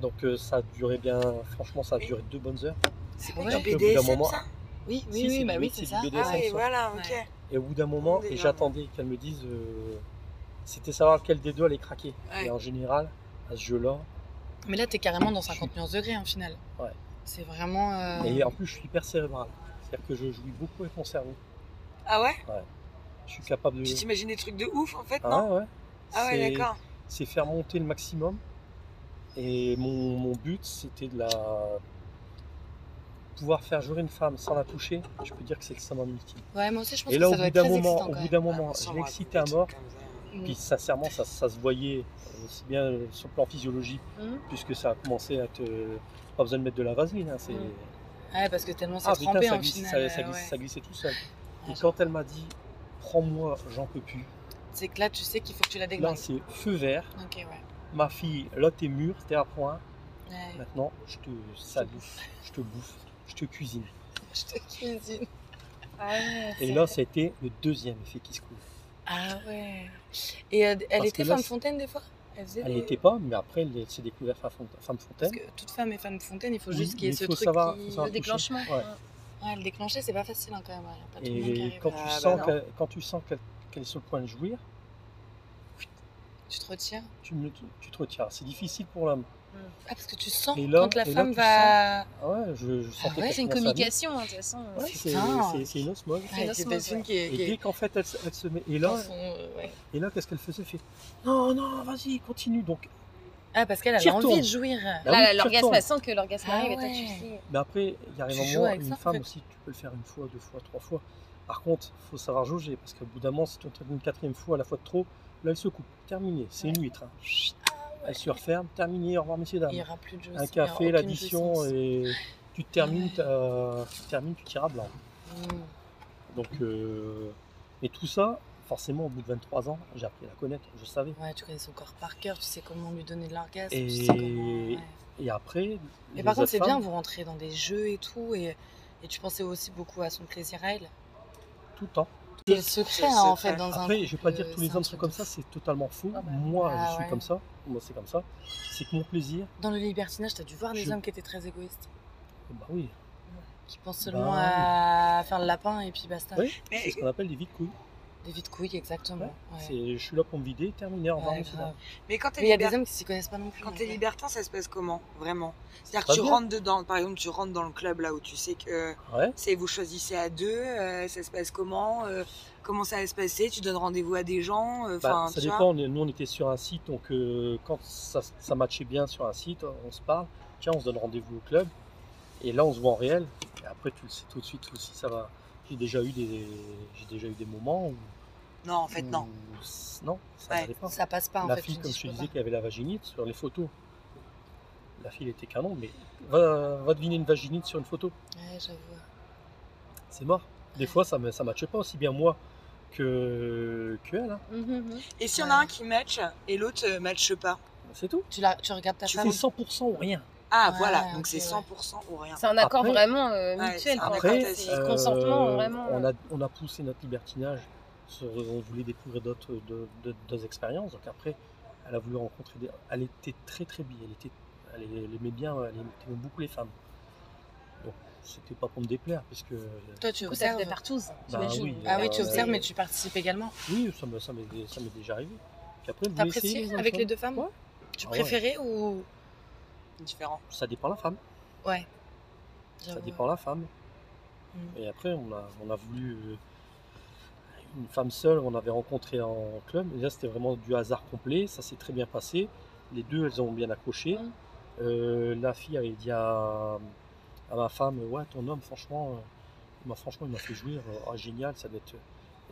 S2: Donc euh, ça a duré bien, franchement, ça a duré deux bonnes heures.
S3: C'est
S5: Ouais.
S3: pas du
S2: Et au bout d'un
S3: BDSM,
S2: moment-
S3: ça
S5: Oui,
S2: Si,
S5: oui,
S2: c'est
S5: oui, bah
S2: du-
S5: oui,
S2: c'est
S5: c'est
S2: du
S5: ça.
S2: BDSM.
S3: Ah oui,
S2: ça.
S3: voilà, ok.
S5: Ouais.
S2: Et au bout d'un moment,
S3: Des
S2: et
S3: gens.
S2: j'attendais qu'elle me dise, euh, c'était savoir lequel des deux allait craquer.
S3: Ouais.
S2: Et en général, à ce jeu-là,
S5: Mais là, t'es carrément dans 50 nuances degrés en finale.
S2: Ouais.
S5: C'est vraiment. euh,
S2: et en plus je suis hyper cérébral, c'est-à-dire que je jouis beaucoup avec mon cerveau.
S3: Ah ouais
S2: Je suis capable de.
S3: Tu t'imagines des trucs de ouf, en fait,
S2: Mm. Ah
S3: non
S2: ouais.
S3: Ah ouais,
S2: C'est-
S3: d'accord.
S2: C'est faire monter le maximum. Et mon, mon but, c'était de la pouvoir faire jouer une femme sans la toucher. Je peux dire que c'est extrêmement ultime.
S5: Ouais, moi aussi, je pense
S2: Et
S5: que
S2: là,
S5: ça
S2: au
S5: doit
S2: bout
S5: être
S2: d'un
S5: très
S2: moment, au
S5: excitant quand
S2: bout
S5: même. hein,
S2: d'un
S3: Ah,
S2: moment,
S3: ça,
S2: je
S3: on
S2: l'ai
S3: raconte
S2: excité
S3: des
S2: à
S3: trucs
S2: mort.
S3: comme ça.
S5: Mm.
S2: Puis sincèrement, ça, ça se voyait aussi bien sur le plan physiologique,
S5: Hum.
S4: Mhm.
S2: puisque ça a commencé à te. Pas besoin de mettre de la vaseline. hein, c'est-
S5: Hum.
S4: Mhm.
S5: Ouais, parce que tellement c'est
S2: Ah putain,
S5: trempé
S2: ça
S5: en
S2: glissait, ça-
S5: finale.
S2: ça
S5: euh,
S2: glissait-
S5: ouais.
S2: ça glissait tout seul.
S5: Ah,
S2: Et quand elle m'a dit, prends-moi, j'en peux plus.
S5: C'est que là, tu sais qu'il faut que tu la
S2: Là,
S5: déglingues.
S2: c'est feu vert.
S5: Ok, ouais.
S2: Ma fille, là, t'es mûre, t'es à point.
S5: Ouais,
S2: Maintenant, je te salue, je te bouffe, je te cuisine.
S5: Je te cuisine.
S4: Ah ouais,
S2: Et
S4: c'est-
S2: là, c'était le deuxième effet qui se coule.
S5: Ah ouais. Et euh, elle
S2: Parce
S5: était
S2: que là,
S5: femme
S2: c'est-
S5: fontaine des fois Elle faisait
S2: Elle n'y
S5: des-
S2: était pas, mais après, elle s'est découverte femme font- femme fontaine.
S5: Parce que toute femme est femme fontaine, il faut
S2: Oui,
S5: juste qu'il y ait
S2: mais
S5: ce
S2: faut
S5: truc
S2: savoir-
S5: qui...
S2: faut savoir
S4: le déclenchement.
S2: toucher. Ouais.
S4: hein.
S5: Ouais, le déclencher, c'est pas facile hein, quand même. ouais, y a pas tout le monde qui
S2: Et
S5: arrive
S2: quand
S5: à-
S2: tu
S3: Ah, bah
S2: sens
S3: non.
S2: qu'elle- quand tu sens qu'elle qu'elle est sur le point de jouir,
S5: Tu te retires.
S2: tu, me- tu- tu te retires. C'est difficile pour l'homme.
S5: Ah, parce que tu sens
S2: Et là-
S5: quand la
S2: et là,
S5: femme
S2: tu
S5: va...
S2: Ah ouais, je, je sentais
S5: Ah ouais,
S2: qu'elle
S4: C'est
S2: commençait à
S4: une
S2: venir.
S4: communication, hein, de toute façon.
S2: Ouais, c'est-
S5: Putain.
S2: c'est- C'est une osmose.
S4: Ouais,
S5: Ouais,
S4: la
S5: c'est
S4: semaine,
S5: une
S4: ouais.
S5: qui est...
S2: Et
S5: qui est
S2: dès qu'en fait, elle, se- elle se met. Et
S5: dans
S2: là,
S5: son, euh, ouais.
S2: et là qu'est-ce qu'elle faisait Elle fait Non, non, vas-y, continue. Donc,
S5: Ah, parce qu'elle elle a
S2: Tire-toi.
S5: envie de jouir.
S2: bah
S4: Là,
S2: oui, tu
S4: l'orgasme,
S2: retournes.
S4: elle sent que l'orgasme
S5: Ah
S4: arrive et toi,
S5: ouais.
S4: tu fais.
S2: Mais après, il arrive
S5: Tu
S2: un
S5: joues
S2: moment,
S5: avec
S2: une
S5: ça, en
S2: femme
S5: fait.
S2: aussi, tu peux le faire une fois, deux fois, trois fois. Par contre, faut savoir jauger, parce qu'au bout d'un moment, si tu entraînes une quatrième fois, à la fois de trop, là, elle se coupe. Terminé, c'est une huître. hein. Elle se referme, terminé, au revoir, messieurs, dames.
S5: Il n'y aura plus de jouer.
S2: Un café, l'addition, et tu te termines,
S5: Ah Ouais.
S2: t'as- tu, te termines, tu tires à blanc.
S5: Mm.
S2: Donc, euh, mais tout ça, forcément, au bout de 23 ans, j'ai appris à la connaître, je savais.
S5: Ouais, tu connais son corps par cœur, tu sais comment lui donner de l'orgasme.
S2: Et-
S5: tu sais comment, ouais.
S2: Et après.
S5: Mais
S2: les
S5: par contre,
S2: autres
S5: c'est bien,
S2: femmes,
S5: vous rentrez dans des jeux et tout, et, et tu pensais aussi beaucoup à son plaisir à elle.
S2: Tout le temps.
S5: C'est le secret,
S3: le
S5: hein, en
S3: secret.
S5: fait, dans un.
S2: Après, je vais pas
S5: couple,
S2: dire que tous
S5: c'est
S2: les
S5: un
S2: hommes sont
S5: truc
S2: comme
S5: de
S2: ça,
S5: fou.
S2: c'est totalement faux.
S4: Ah bah.
S2: Moi,
S5: Ah
S2: je suis
S5: ouais.
S2: comme ça. Moi, c'est comme ça. C'est que mon plaisir.
S5: Dans le libertinage, t'as dû voir des
S2: Je-
S5: hommes qui étaient très égoïstes,
S2: Bah oui.
S5: qui pensent seulement
S2: Bah
S5: à faire le lapin et puis basta.
S2: Oui,
S3: Mais-
S2: c'est ce qu'on appelle des vides couilles.
S5: Des vies de couilles, exactement. Ouais.
S2: C'est, je suis là pour me vider, terminer, au revoir,
S5: Ouais,
S2: monsieur.
S5: grave.
S3: Mais quand t'es
S5: Mais il y a
S3: libertin-
S5: des hommes qui s'y connaissent pas non plus.
S3: Quand
S5: en
S3: t'es
S5: fait.
S3: libertin, ça se passe comment Vraiment C'est-à-dire que
S2: Très
S3: tu
S2: bien.
S3: rentres dedans, par exemple, tu rentres dans le club là où tu sais que
S2: Ouais.
S3: c'est vous choisissez à deux, euh, ça se passe comment euh, Comment ça va se passer Tu donnes rendez-vous à des gens euh,
S2: Bah,
S3: Enfin,
S2: ça
S3: tu vois
S2: dépend. Nous, on était sur un site, donc euh, quand ça, ça matchait bien sur un site, on se parle. Tiens, on se donne rendez-vous au club. Et là, on se voit en réel. Et après, tu le sais tout de suite aussi, ça va. J'ai déjà eu des, j'ai déjà eu des moments où.
S3: Non, en fait,
S2: où-
S5: Mm.
S3: non.
S2: Non, ça
S3: Ouais,
S2: n'allait pas.
S5: Ça passe pas, en
S2: la
S5: fait. tu
S2: fille,
S5: te
S2: comme
S5: dis,
S2: je te
S5: peux
S2: disais,
S5: pas.
S2: qui avait la vaginite sur les photos. La fille elle était canon, mais va, va deviner une vaginite sur une photo.
S5: Ouais, j'avoue.
S2: C'est mort. Des fois, ça ne ça matche pas aussi bien moi que, que elle. hein.
S4: Mhm, mhm.
S3: Et si on
S5: Ouais.
S3: a un qui match et l'autre euh, matche pas
S2: C'est tout.
S5: Tu, la... tu regardes ta
S2: Tu fais
S5: femme.
S2: 100% ou rien.
S3: Ah,
S5: Ouais,
S3: voilà, donc
S5: ok,
S3: c'est
S5: ouais.
S3: 100% ou rien.
S4: C'est un accord
S2: Après-
S4: vraiment euh,
S3: Ouais,
S4: mutuel.
S3: c'est
S4: quoi.
S3: après,
S4: Enfin, c'est
S2: euh,
S4: consentement vraiment.
S2: On a, on a poussé notre libertinage. sur- on voulait découvrir d'autres de- de- d'autres expériences. Donc après, elle a voulu rencontrer. Des, elle était très très bi. Elle, était, elle, elle aimait bien. Elle aimait beaucoup les femmes. Donc c'était pas pour me déplaire, parce que
S5: Toi, tu
S4: Du coup, ça
S5: observes.
S4: faisait partout, hein,
S2: Bah oui,
S4: j'imagine.
S5: Ah oui, tu
S2: Euh,
S5: observes, mais tu participes également.
S2: oui, ça m'est- ça m'est ça m'est déjà arrivé. Puis après, vous
S5: T'apprécies avec les deux femmes
S2: Ouais.
S5: Tu
S2: Ah ouais.
S5: préférais ou.
S3: Différent.
S2: Ça dépend la femme. Ça
S5: J'avoue, hein.
S2: dépend la femme.
S5: Mm.
S2: Et après, on a, on a voulu euh, une femme seule, on avait rencontré en club. Et là, c'était vraiment du hasard complet. Ça s'est très bien passé. Les deux, elles ont bien accroché.
S4: Mm.
S2: Euh, la fille avait dit à, à ma femme Ouais, ton homme, franchement, euh, il m'a- franchement, il m'a fait jouir. Euh, Ah, génial, ça doit être.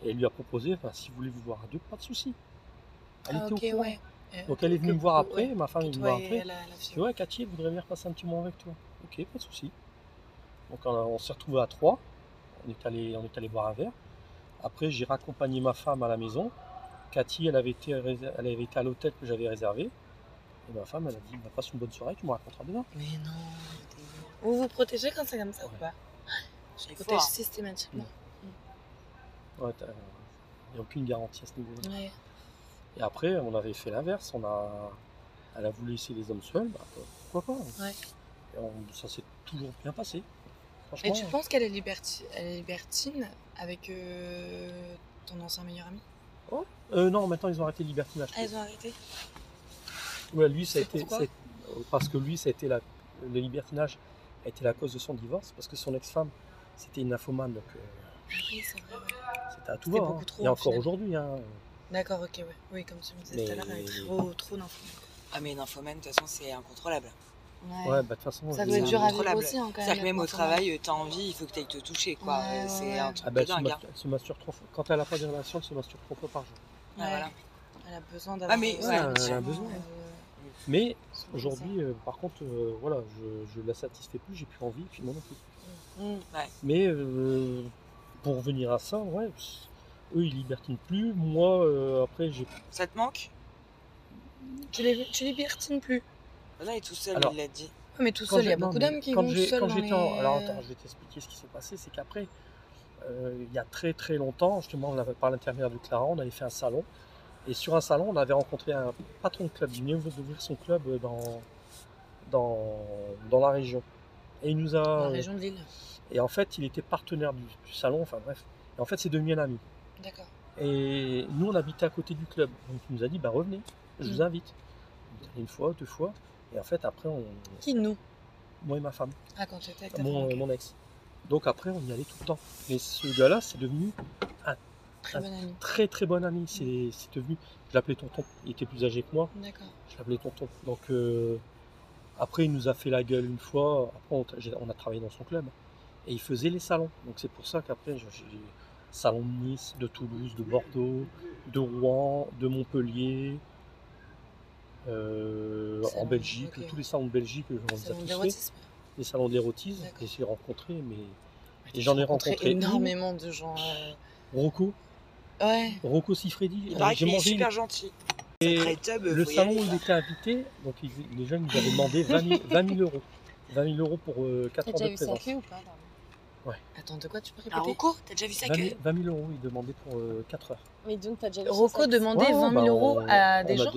S2: Et elle lui a proposé Enfin, Si vous voulez vous voir à deux, pas de souci. Elle
S5: Ah,
S2: était au
S5: ok,
S2: courant.
S5: ouais. Euh,
S2: Donc, elle est venue
S5: que-
S2: me voir
S5: que-
S2: après.
S5: ouais,
S2: Ma femme est
S5: que
S2: venue me
S5: toi
S2: voir après.
S5: et la- la
S2: Je
S5: fille.
S2: dis, ouais, Cathy, elle voudrait venir passer un petit moment avec toi. Ok, pas de souci. Donc on, on s'est retrouvés à trois. On est allé, on est allé boire un verre. Après, j'ai raccompagné ma femme à la maison. Cathy, elle avait été, rés- elle avait été à l'hôtel que j'avais réservé. Et ma femme, elle a dit, bah, passe une bonne soirée, tu me raconteras demain.
S5: Mais non. Vous vous protégez quand c'est comme ça ou pas
S3: C'est
S5: Protège
S3: fort.
S5: systématiquement.
S2: Ouais, t'as- Il n'y a aucune garantie à ce niveau-là.
S5: Ouais.
S2: Et après, on avait fait l'inverse. On a, elle a voulu laisser les hommes seuls. Bah, pourquoi pas
S5: Ouais.
S2: Et on- Ça s'est toujours bien passé. Franchement, hein.
S5: Et tu penses qu'elle est, liberti- elle est libertine avec euh, ton ancien meilleur ami
S2: euh, non, maintenant ils ont arrêté le libertinage.
S5: Ah, ils ont arrêté
S2: Ouais, lui, ça a
S5: C'est
S2: été,
S5: pourquoi
S2: ça a- euh, parce que lui, ça a été la, le libertinage a été la cause de son divorce, parce que son ex-femme, c'était une infomane, donc euh,
S5: Ah Oui, c'est vrai. ouais.
S2: c'était à tout
S5: C'était
S2: va. hein.
S5: beaucoup trop,
S2: Et
S5: au
S2: encore
S5: final.
S2: aujourd'hui, hein.
S5: D'accord, ok, ouais. Oui, comme tu me disais tout à
S2: Mais-
S5: l'heure, elle est trop, trop d'infos.
S3: Ah, mais une infomane, de toute façon, c'est incontrôlable.
S5: Ouais.
S2: Ouais, bah, de toute façon.
S5: ça
S2: je-
S5: doit être dur à vivre
S3: incontrôlable.
S5: aussi, hein, quand même.
S3: C'est-à-dire que même au
S5: l'attention.
S3: travail, euh, t'as envie, il faut que t'ailles te toucher, quoi.
S5: Ouais,
S3: Euh,
S5: ouais,
S3: c'est
S5: ouais.
S3: un truc
S2: Ah bah,
S3: de
S2: elle se
S3: dingue. hein.
S2: masturbe- elle se masturbe trois fois. Quand elle n'a pas de relation, elle se masturbe trois fois par jour.
S3: Ouais,
S5: Ouais.
S3: voilà.
S5: Elle a besoin d'avoir.
S3: Ah, mais-
S5: euh,
S3: ouais,
S5: son
S2: elle a
S5: enfant,
S2: besoin.
S5: euh,
S2: Mais
S5: son
S2: aujourd'hui, euh, par contre, euh, voilà, je, je la satisfais plus, j'ai plus envie, puis moi non plus.
S5: Mm.
S2: Mais euh, pour revenir à ça, ouais, eux, ils libertinent plus. Moi, euh, après, j'ai
S3: Ça te manque
S5: Tu les, tu les libertines plus. Ouais,
S3: Là, Ah il est tout seul,
S2: Alors,
S3: il l'a dit.
S5: mais tout
S2: Quand
S5: seul, il y a
S2: j'ai- non,
S5: beaucoup
S2: mais
S5: d'hommes qui
S2: quand
S5: vont tout
S2: j'ai-
S5: seuls
S2: quand
S5: dans
S2: j'étais
S5: les...
S2: en- Alors attends, je vais t'expliquer ce qui s'est passé. C'est qu'après, euh, il y a très très longtemps, justement, on avait, par l'intermédiaire de Clara, on avait fait un salon. Et sur un salon, on avait rencontré un patron de club. Il venait d'ouvrir son club dans, dans, dans la région. Et il nous
S5: dans
S2: a.
S5: la région de Lille.
S2: Et en fait, il était partenaire du, du salon. Enfin bref. Et en fait, c'est devenu un ami.
S5: D'accord.
S2: Et nous, on habitait à côté du club. Donc il nous a dit, bah revenez, je
S5: Mm.
S2: vous invite. On est allé Une fois, deux fois. Et en fait, après, on,
S5: Qui nous
S2: moi et ma femme.
S5: Ah, quand t'étais avec ta
S2: mon, euh,
S5: femme, ok.
S2: mon ex. Donc après, on y allait tout le temps. Mais ce gars-là, c'est devenu
S5: Très bonne amie.
S2: très très bon ami. C'est c'est devenu. Je l'appelais tonton. Il était plus âgé que moi.
S5: D'accord.
S2: Je l'appelais tonton. Donc euh, après, il nous a fait la gueule une fois. Après, on, j'ai- on a travaillé dans son club. Et il faisait les salons. Donc c'est pour ça qu'après, j'ai j'ai- salon de Nice, de Toulouse, de Bordeaux, de Rouen, de Montpellier. euh, en
S5: Salon,
S2: Belgique,
S5: ok.
S2: tous les salons de Belgique, on les
S5: C'est
S2: a
S5: mon
S2: tous fait.
S5: érotisme.
S2: Les salons d'érotisme,
S5: D'accord.
S2: et j'ai rencontré, mais Et j'en ai rencontré une.
S5: énormément de gens. euh,
S2: Rocco,
S5: Ouais.
S2: Rocco Siffredi.
S3: Il
S2: euh,
S3: paraît
S2: J'ai
S3: qu'il est
S2: mangé
S3: super gentil.
S2: Et
S3: Très tub,
S2: le
S3: faut y
S2: salon
S3: aller,
S2: où il
S5: Bah,
S3: quoi.
S2: était invité, donc ils- les jeunes nous avaient demandé 20 000, 20 000 euros. 20 000 euros pour euh, 4
S4: T'as
S2: ans
S4: déjà
S2: de
S4: eu ça
S2: présence.
S4: clés ou pas là
S5: Attends, de quoi tu peux
S4: Ah,
S3: À
S5: répéter
S3: Rocco, t'as déjà vu ça
S2: 20
S3: que
S2: 000, 20 000 euros, ils demandaient pour 4 heures.
S4: Mais donc, t'as déjà vu son
S5: Rocco
S4: sexe.
S5: demandait
S2: Ouais,
S5: 20 000
S2: bah,
S5: euros
S2: on-
S5: à
S2: on
S5: des
S2: a
S5: gens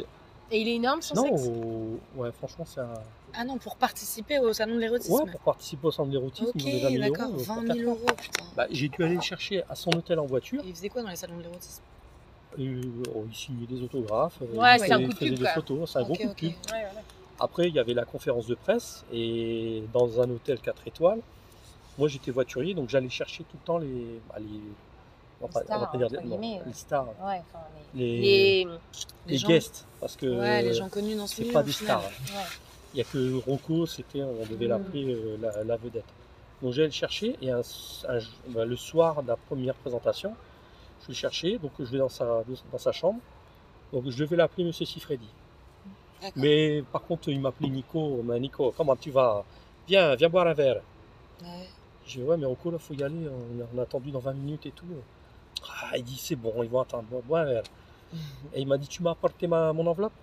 S4: Et il est énorme, son
S2: Non,
S4: sexe
S2: au- ouais, franchement, c'est un.
S5: Ah non, pour participer au salon de l'érotisme.
S2: Ouais, bah, pour participer au centre d'érotisme,
S5: ok,
S2: ils nous ont donné 20 000
S5: d'accord.
S2: euros. euh, pour
S5: 20
S2: quatre
S5: 000
S2: heures.
S5: euros, putain.
S2: Bah, J'ai dû aller le chercher à son hôtel en voiture.
S5: Et il faisait quoi dans les salons de l'érotisme
S2: Et, euh, oh, il signait des autographes. euh,
S4: Ouais,
S2: il
S4: c'est un
S2: faisait-
S4: coup de
S2: faisait
S4: pub,
S2: des
S4: quoi.
S2: photos, c'est un gros
S5: Ok,
S2: coup de
S5: ok.
S2: pub.
S4: Ouais, voilà.
S2: Après, il y avait la conférence de presse et dans un hôtel 4 étoiles. Moi, j'étais voiturier, donc j'allais chercher tout le temps les, bah, les, on va pas- on va
S4: stars,
S2: pas dire
S4: entre
S2: des- non,
S4: guillemets.
S2: les stars,
S4: Ouais, enfin, les...
S2: les,
S4: les-
S2: les
S5: Les gens-
S2: guests, parce que
S5: Ouais, les gens connus dans ce
S2: c'est
S5: milieu.
S2: pas
S5: au
S2: des
S5: final.
S2: stars.
S4: ouais.
S2: Il n'y a que Rocco, c'était, on devait
S5: Mm.
S2: l'appeler euh, la, la vedette. Donc j'allais le chercher et un- un- bah, le soir de la première présentation, je le cherchais, donc je vais dans sa, dans sa chambre. Donc je devais l'appeler Monsieur Sifredi.
S3: D'accord.
S2: Mais par contre, il m'appelait Nico. Mais Nico, comment tu vas Viens, viens boire un verre.
S5: Ouais.
S2: Je dis, ouais, mais Rocco, là, faut y aller. On a- on a attendu dans 20 minutes et tout. Ah, il dit, c'est bon, ils vont attendre. Bois, bois un verre. Et il m'a dit, tu m'as apporté ma, mon enveloppe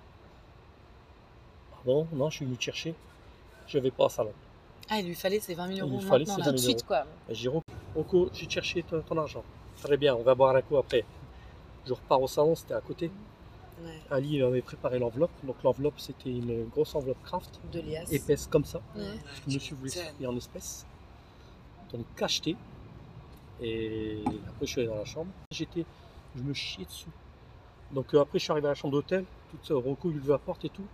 S2: Ah bon Non, je suis venu te chercher. je vais pas à Salon.
S5: Ah, il lui fallait ses 20 000
S2: Il
S5: euros
S2: lui fallait
S5: maintenant,
S2: ses
S5: là.
S4: Tout de suite, quoi.
S2: Giro, Oko, j'ai cherché ton, ton argent. Très bien, on va boire un coup après. Je repars au salon, c'était à côté.
S5: Ouais.
S2: Ali il avait préparé l'enveloppe. Donc l'enveloppe, c'était une grosse enveloppe craft,
S5: De liasses.
S2: épaisse comme ça.
S5: Ouais.
S2: Parce que monsieur voulait se payer en espèces. Donc acheté. Et après, je suis allé dans la chambre. J'étais, je me chiais dessus. Donc euh, après, je suis arrivé à la chambre d'hôtel. Tout ça, Rocco, il ouvre la porte et tout.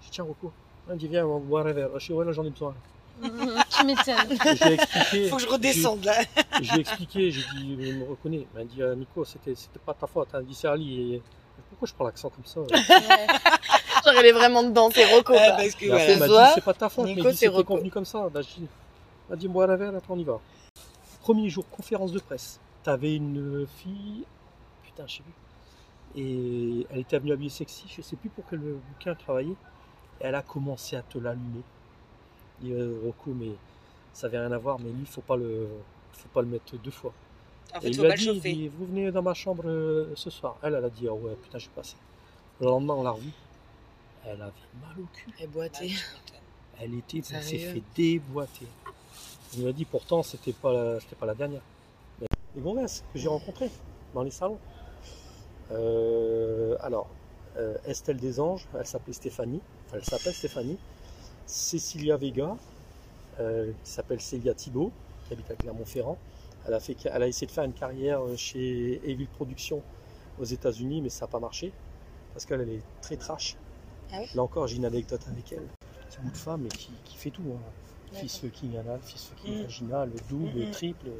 S2: Je dis, tiens, Rocco, on dit, viens, on va boire un verre. Je dis, ouais, là, j'en ai besoin.
S4: tu m'étonnes.
S2: Et J'ai expliqué.
S5: (laughs) Faut que je redescende,
S3: (laughs)
S5: là.
S2: J'ai expliqué, j'ai dit, il me reconnaît. Il m'a dit, Ah, Nico, c'était c'était pas ta faute. hein. Il dit, c'est Ali. Et pourquoi je prends l'accent comme ça euh
S4: Ouais.
S6: (laughs) Genre, elle est vraiment dedans, c'est Rocco.
S5: Ouais,
S6: quoi.
S5: parce que
S2: Et
S5: voilà.
S2: après, il m'a dit,
S6: Soit
S2: c'est pas ta faute.
S6: Nico,
S2: mais il dit,
S6: c'est
S2: c'était
S6: Rocco.
S2: convenu comme ça. Bah, je dis, il m'a dit, bois la verre, attends, on y va. Premier jour, conférence de presse. T'avais une fille, putain, je sais plus. Et elle était venue habillée sexy, je sais plus pour quel bouquin elle travaillait. Et elle a commencé à te l'allumer. Il dit, euh, Rocco, mais ça avait rien à voir, mais lui, faut pas le, faut pas le mettre deux fois.
S3: En
S2: Et
S3: fait,
S2: il
S3: faut
S2: lui a
S3: pas le
S2: dit, il
S3: chauffer.
S2: dit, vous venez dans ma chambre euh, ce soir. Elle, elle a dit, ah ouais, putain, je suis passé. Le lendemain, on l'a revue. Elle avait mal au cul.
S5: Et boiter. Ah,
S2: Elle était, elle s'est
S5: Sérieux
S2: fait déboîter. Il lui a dit, pourtant, c'était pas, la- c'était pas la dernière. Mais les gonzesses que j'ai rencontrées dans les salons. Euh, alors, euh, Estelle Desanges, elle s'appelait Stéphanie. Enfin, elle s'appelle Stéphanie. Cécilia Vega, euh, qui s'appelle Célia Thibault, qui habite à Clermont-Ferrand. Elle a, fait, elle a essayé de faire une carrière euh, chez Evil Productions aux États-Unis, mais ça n'a pas marché parce qu'elle elle est très trash.
S5: Ah oui
S2: Là encore, j'ai une anecdote avec elle. C'est bout de femme mais qui, qui fait tout. hein. Fils fucking anal, fils fucking
S5: Mm.
S2: vaginal, double,
S5: Mm, mm.
S2: triple.
S5: Ouais,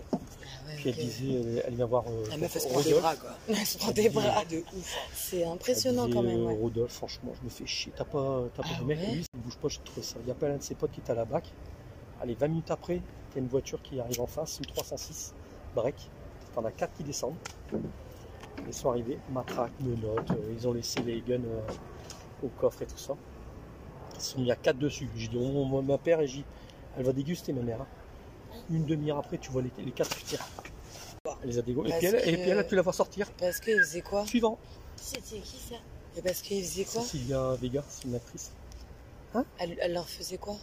S2: Puis elle
S5: ok.
S2: disait, euh, elle vient voir. euh,
S5: La meuf, elle se prend
S2: Rodolphe.
S5: des bras, quoi. (laughs) Elle se prend des bras de ouf.
S6: C'est
S2: Elle
S6: impressionnant
S2: disait,
S6: quand même.
S2: euh,
S6: ouais.
S2: Rodolphe, franchement, je me fais chier. T'as pas, t'as pas
S5: Ah
S2: de mec
S5: ouais
S2: Lui, il bouge pas, je trouve ça. Il appelle un de ses potes qui est à la bac. Allez, 20 minutes après, t'as une voiture qui arrive en face, une 306, break. T'en as 4 qui descendent. Ils sont arrivés, matraque, menottes, euh, ils ont laissé les guns euh, au coffre et tout ça. Ils se sont mis à 4 dessus. J'ai dit, on, on- ma père, et j'ai dit, elle va déguster ma mère. hein. Une demi-heure après, tu vois les, les 4 qui tirent. Elle les a dégoûtés. Et,
S5: Parce
S2: puis elle- et
S5: que-
S2: puis elle a pu la voir sortir.
S5: Parce qu'il faisait quoi
S2: Suivant,
S6: C'était qui ça
S5: Et parce qu'il faisait quoi
S2: Cécilia Vega, c'est une actrice.
S5: elle, elle leur faisait quoi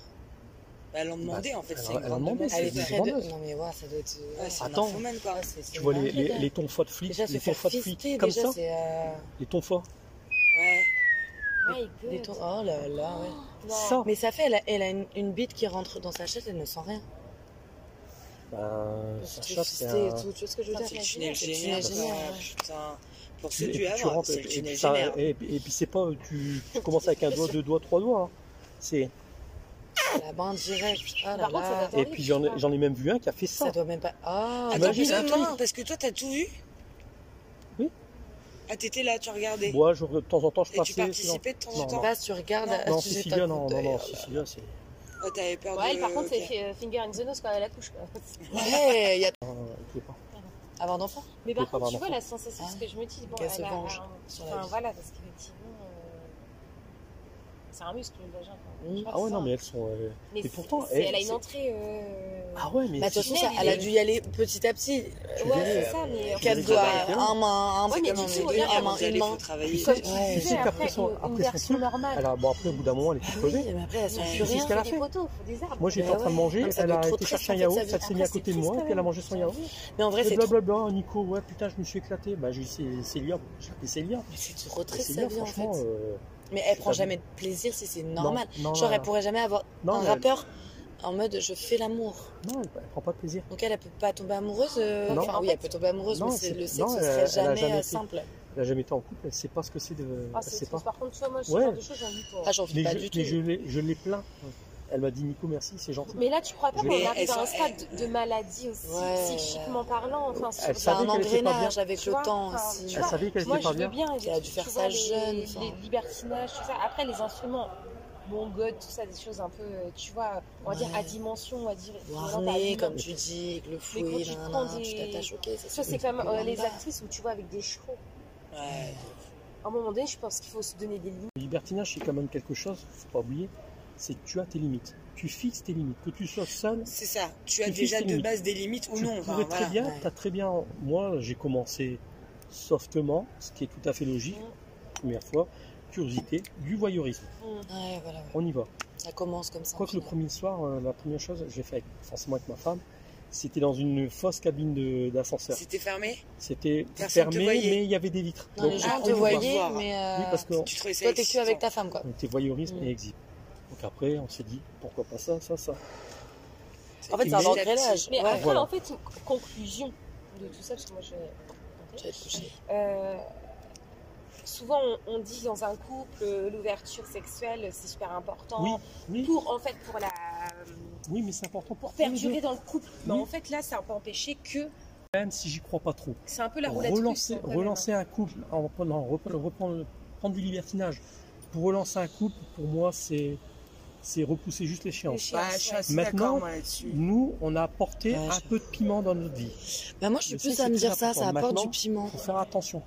S3: Bah, elle en demandait, en fait.
S2: elle
S3: c'est
S2: en- elle
S3: une
S2: en
S3: grande
S2: demandait,
S5: Elle
S3: demande.
S2: c'est
S5: est
S2: des
S5: très de...
S2: vendeuses.
S5: Non mais ouais, ça doit être...
S3: Ouais, c'est une
S2: Attends.
S3: infomane, quoi.
S5: Ouais, c'est- c'est
S2: Tu vois
S5: une
S2: les, les,
S5: dinguerie.
S2: les tonfois de flics,
S5: Déjà,
S2: les
S5: se faire
S2: tonfois de
S5: fister,
S2: flics, comme
S5: déjà,
S2: ça,
S5: c'est... euh,
S2: les tonfois.
S3: Ouais.
S4: Euh, My God.
S5: des tons- Oh là là, ouais.
S2: Ça,
S5: Mais ça fait, elle a, elle a une, une bite qui rentre dans sa chatte, elle ne sent rien.
S2: ben, ça
S5: Fister
S2: chatte, c'est un-
S5: et tout, tu vois ce que je veux
S4: Ah,
S5: dire
S3: C'est le tunnel
S5: C'est le tunnel
S3: génial.
S5: génial,
S3: quoi.
S5: ouais.
S3: Putain. Pour
S2: tu- et puis
S3: séduire,
S2: tu rentres,
S3: c'est
S2: et
S3: le
S2: puis
S3: tunnel
S2: ça-
S3: génial.
S2: et puis- et puis c'est pas, tu, tu commences avec un doigt, deux doigts, trois doigts. hein. C'est,
S5: euh, La bande directe. Ah là
S4: Par contre, ça
S5: là.
S4: doit-
S2: et puis j'en ai- j'en ai même vu un qui a fait
S5: Ça
S2: ça.
S5: doit même pas... Ah,
S3: Attends,
S2: Imagine
S3: parce
S5: putain,
S3: que, toi, parce que toi, t'as tout vu
S2: Oui.
S3: Ah, t'étais là, tu regardais.
S2: Moi, je- de temps en temps, je
S3: et tu
S2: passais. sinon-
S3: participais de temps en
S2: Non,
S5: tu
S3: temps.
S5: passes, tu regardes...
S2: Non,
S5: tu jettes un
S2: Sicilia,
S5: coup
S2: non, non,
S5: d'œil,
S2: non,
S5: oh là
S2: Sicilia, c'est. euh,
S3: Ah, t'avais peur de...
S4: Ouais, par contre, c'est
S3: ok.
S4: fait, euh, finger in the nose quand elle
S2: (laughs)
S4: accouche. Quoi.
S5: là. Ouais, il y a...
S2: euh, il plaît pas.
S5: Avoir d'enfants
S4: Mais
S2: Faut
S4: par
S2: pas
S4: contre, tu
S2: avoir
S4: vois la sensation,
S5: Ah.
S4: ce que je me dis, bon,
S5: Qu'elle se
S4: elle a
S5: venge
S4: un-
S5: sur la
S4: enfin,
S5: vie.
S4: voilà, parce qu'effectivement, euh, c'est un muscle le vagin. quoi. Je pense
S2: Ah ouais,
S4: que
S5: hein.
S2: non,
S4: ça-
S2: mais elles sont. euh,
S4: mais
S2: et
S4: c'est-
S2: pourtant,
S4: c'est-
S2: eh,
S4: elle a une
S2: c'est-
S4: entrée. euh,
S2: Ah ouais, mais.
S5: Bah, de toute façon, ça, elle a dû y aller petit à petit.
S2: tu
S4: ouais,
S2: verrais,
S4: c'est ça, mais. euh,
S2: Tu
S5: Quatre
S2: les
S5: doigts,
S2: as pas
S5: un main, un
S4: Ouais,
S5: bras,
S4: mais du
S5: non,
S4: coup,
S5: mais
S4: regarde,
S5: deux, un
S3: Avant
S5: main,
S3: d'y
S5: une
S3: aller, faut
S5: main.
S2: Tu
S3: travailler.
S2: sais, tu
S5: Ouais,
S2: sais
S4: c'est
S2: qu'après
S4: après
S2: son-
S4: une- une
S2: après son
S4: version
S2: truc,
S4: normale.
S2: elle a- bon, après, au bout d'un moment, elle
S5: Ah
S2: était crevée.
S5: Mais après, elles sont
S4: Ouais,
S5: plus
S2: c'est
S5: rien.
S2: ce qu'elle a
S4: faut
S2: fait.
S4: Des poteaux, faut des arbres.
S2: Moi j'étais
S5: Bah
S2: en train de
S5: ouais.
S2: manger,
S5: Donc, ça
S2: elle
S5: doit
S2: a
S5: être trop
S2: été chercher un
S5: triste, en fait,
S2: yaourt,
S5: sa vie.
S2: elle s'est mise à
S5: Après,
S2: côté
S5: c'est
S2: de moi,
S5: triste,
S2: puis elle a
S5: quand
S2: mangé son yaourt.
S5: Mais en vrai,
S2: Et
S5: c'est trop,
S2: blablabla, Nico, ouais putain je me suis éclaté, bah j'ai c'est Célia, j'ai appelé Célia.
S5: mais c'est trop triste sa
S2: Célia
S5: vie en fait.
S2: franchement euh,
S5: Mais elle
S2: c'est
S5: prend
S2: pas
S5: jamais de plaisir si c'est normal.
S2: Non, non,
S5: Genre,
S2: elle-
S5: elle pourrait jamais avoir
S2: non,
S5: un
S2: elle-
S5: rappeur en mode je fais l'amour.
S2: Non, elle, elle prend pas de plaisir.
S5: Donc elle, elle peut pas tomber amoureuse. euh,
S2: Non.
S5: Enfin, oui, elle peut tomber amoureuse,
S2: Non,
S5: mais c'est-
S2: c'est-
S5: le sexe
S2: non,
S5: ce
S2: elle-
S5: serait
S2: elle a
S5: jamais,
S2: jamais
S5: euh,
S2: été.
S5: simple.
S2: Elle a jamais été en couple, elle sait pas ce que c'est de.
S4: Ah,
S2: elle
S4: c'est
S2: sait pas.
S4: triste. Par contre, tu vois, moi, je
S2: Ouais.
S4: genre de choses, j'en vis pour.
S5: Ah, j'en vis
S2: Mais
S5: pas
S2: je,
S5: du tout.
S2: mais je l'ai je l'ai plaint. Elle m'a dit Nico merci, c'est gentil.
S4: Mais là, tu crois pas
S2: Je-
S4: qu'on
S3: Mais
S4: arrive
S3: elles
S4: à un
S3: sont-
S4: stade de- de maladie aussi
S5: Ouais.
S4: psychiquement parlant. Enfin, sur-
S2: Elle
S5: C'est
S2: savait
S5: un
S2: qu'elle était pas
S5: engrenage
S2: bien.
S5: avec
S4: Tu
S5: le
S4: vois,
S5: temps
S4: enfin,
S5: aussi.
S4: tu
S2: Elle
S4: vois,
S2: savais qu'elle
S4: Moi,
S2: était
S4: je
S2: pas
S4: veux
S2: bien.
S4: bien.
S5: Elle a dû
S4: tu
S5: faire
S4: vois,
S5: ça
S4: les-
S5: jeune, enfin.
S4: Les libertinages, tout ça. Après, les instruments, bon god, tout ça, des choses un peu, euh, tu vois, on va dire
S5: Ouais.
S4: à dimension, on va dire. violente à
S5: Warner,
S4: vie,
S5: comme
S4: non.
S5: tu dis, avec le
S4: quand
S5: fouet,
S4: tu
S5: nan,
S4: prends
S5: nan, tu
S4: des-
S5: t'attaches, ok.
S4: Ça, c'est comme euh, les actrices où tu vois avec des chevaux.
S3: Ouais.
S4: À un moment donné, je pense qu'il faut se donner des limites.
S2: Le libertinage c'est quand même quelque chose, faut pas oublier, c'est que tu as tes limites. Tu fixes tes limites. Que tu sois seul,
S3: C'est ça. Tu as
S2: Tu fixes
S3: déjà
S2: tes
S3: de
S2: limites.
S3: base des limites ou
S2: tu
S3: non.
S2: pouvais
S3: enfin,
S2: très
S3: voilà.
S2: bien,
S5: ouais.
S2: t'as très bien. Moi, j'ai commencé softement, ce qui est tout à fait logique,
S4: Mm.
S2: première fois. curiosité, du voyeurisme.
S5: Ouais, voilà, ouais.
S2: On y va.
S5: Ça commence comme ça.
S2: Je crois que le premier soir, euh, la première chose, j'ai fait avec- forcément avec ma femme, c'était dans une fausse cabine de- d'ascenseur.
S3: C'était fermé
S2: C'était
S3: Personne te
S2: fermé,
S3: voyait.
S2: mais il y avait des vitres.
S5: Non, les
S2: Donc,
S3: ah,
S5: gens
S3: on
S5: te
S3: peut
S5: voyaient,
S3: voir.
S5: mais euh,
S2: oui, parce qu'on
S3: Tu trouvais ça
S5: toi, t'es que
S3: excitant.
S5: avec ta femme, quoi.
S2: on était voyeurisme
S5: Mm.
S2: et exhibe. Donc après, on s'est dit, pourquoi pas ça, ça, ça.
S5: En fait,
S2: Et
S5: c'est un
S2: petit à
S5: engrêlage.
S4: Mais
S5: Ouais.
S4: après,
S2: Voilà.
S4: en fait, conclusion de tout ça, parce que moi je.
S5: Tu vas te coucher.
S4: Euh, souvent, on, on dit dans un couple, euh, l'ouverture sexuelle, c'est super important.
S2: Oui, oui,
S4: Oh. Pour, en fait, pour la.
S2: oui, mais c'est important pour
S4: Pour perdurer dans le couple. Mais
S2: Oui.
S4: en fait, là, ça peut empêcher que.
S2: Même si j'y crois pas trop.
S4: C'est un peu la roulette.
S2: Relancer,
S4: russe, quand même, hein.
S2: relancer un couple, en prenant, reprendre, reprendre- prendre du libertinage pour relancer un couple, pour moi, c'est c'est repousser juste
S4: hein.
S2: l'échéance.
S3: Ouais, je suis assez
S2: Maintenant,
S3: d'accord moi là-dessus.
S2: Nous, on a apporté
S5: Ouais,
S2: un
S5: je-
S2: peu de piment dans notre vie.
S5: Bah, moi, je suis
S2: Le
S5: plus
S2: sexe
S5: à me
S2: est
S5: dire
S2: très
S5: ça, ça
S2: important.
S5: apporte du
S2: Maintenant,
S5: piment.
S2: faut faire attention.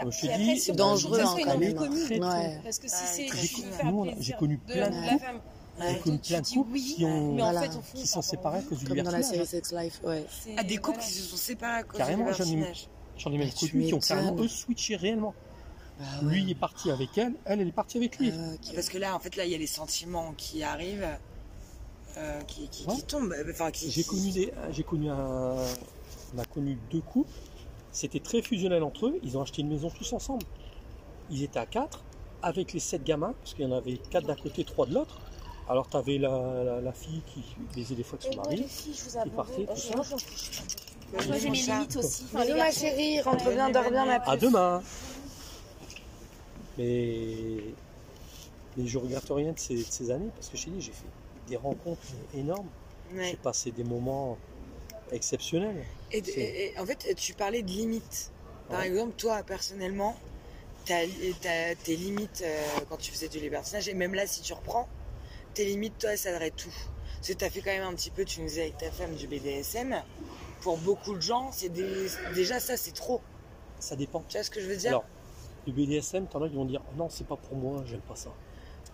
S2: Comme je
S4: Et
S2: t'ai
S4: après,
S2: dit,
S4: si on-
S5: dangereux,
S4: ça
S5: hein,
S4: soit
S5: quand
S4: une
S5: même.
S4: inconnue,
S2: très, très-
S5: Ouais.
S4: Parce que
S3: Ouais,
S4: si c'est.
S3: j'ai
S4: si tu veux
S3: connu-
S4: faire
S2: nous, on a-
S4: plaisir
S2: j'ai connu
S4: de
S2: plein de
S4: la
S2: couples.
S4: femme,
S2: J'ai
S3: Ouais.
S2: connu
S4: tu
S2: plein de
S4: dis
S2: couples
S4: oui,
S2: qui, ont,
S4: mais
S5: Voilà.
S4: en fait, on finit
S2: qui sont
S4: par
S2: séparés à cause du
S5: Comme dans la série
S2: libertinage.
S5: Sex Life, ouais.
S4: C'est-
S3: Ah, des
S4: voilà.
S3: couples qui se sont séparés à cause
S2: Carrément,
S3: du
S2: j'en ai-
S3: libertinage.
S2: J'en ai même
S5: Mais tu
S2: connu qui ont carrément
S5: m'étonnes.
S2: eux switché réellement.
S5: Bah,
S2: Lui il
S5: ouais.
S2: est parti avec elle, elle elle est partie avec lui.
S5: Euh, qui-
S3: Parce que là, en fait, là, il y a les sentiments qui arrivent, euh, qui, qui, qui
S2: Ouais.
S3: tombent. euh, Enfin, qui,
S2: J'ai
S3: qui-
S2: connu des, j'ai connu un, on a connu deux couples. C'était très fusionnel entre eux. Ils ont acheté une maison tous ensemble. Ils étaient à quatre avec les sept gamins, parce qu'il y en avait quatre d'un côté, trois de l'autre. Alors t'avais la, la, la fille qui baisait des fois avec
S4: Et
S2: son
S4: moi, les
S2: mari.
S4: filles, je vous
S2: parti,
S4: abandonne.
S2: tout ça.
S4: Moi, j'en fiche.
S3: Moi,
S4: Moi, j'ai mes
S3: ça.
S4: limites aussi. Enfin,
S6: Bisous,
S4: les
S6: ma
S4: garçons.
S6: chérie, rentre bien, dors bien, ma
S2: À
S6: puce.
S2: demain. Mais, mais je regrette rien de ces, de ces années parce que je t'ai dit, j'ai fait des rencontres énormes. J'ai
S3: Ouais.
S2: passé des moments exceptionnels.
S3: Et, de- et- et en fait, tu parlais de limites. Par
S2: Ouais.
S3: exemple, toi, personnellement, t'as- t'as- tes limites euh, quand tu faisais du libertinage, et même là, si tu reprends, tes limites, toi, elles s'adressent tout. Parce que t'as fait quand même un petit peu, tu nous disais avec ta femme, du BDSM. Pour beaucoup de gens, c'est des- déjà ça, c'est trop.
S2: Ça dépend.
S3: Tu vois ce que je veux dire
S2: Alors, le BDSM, t'en as qui vont dire Oh non, c'est pas pour moi, j'aime pas ça.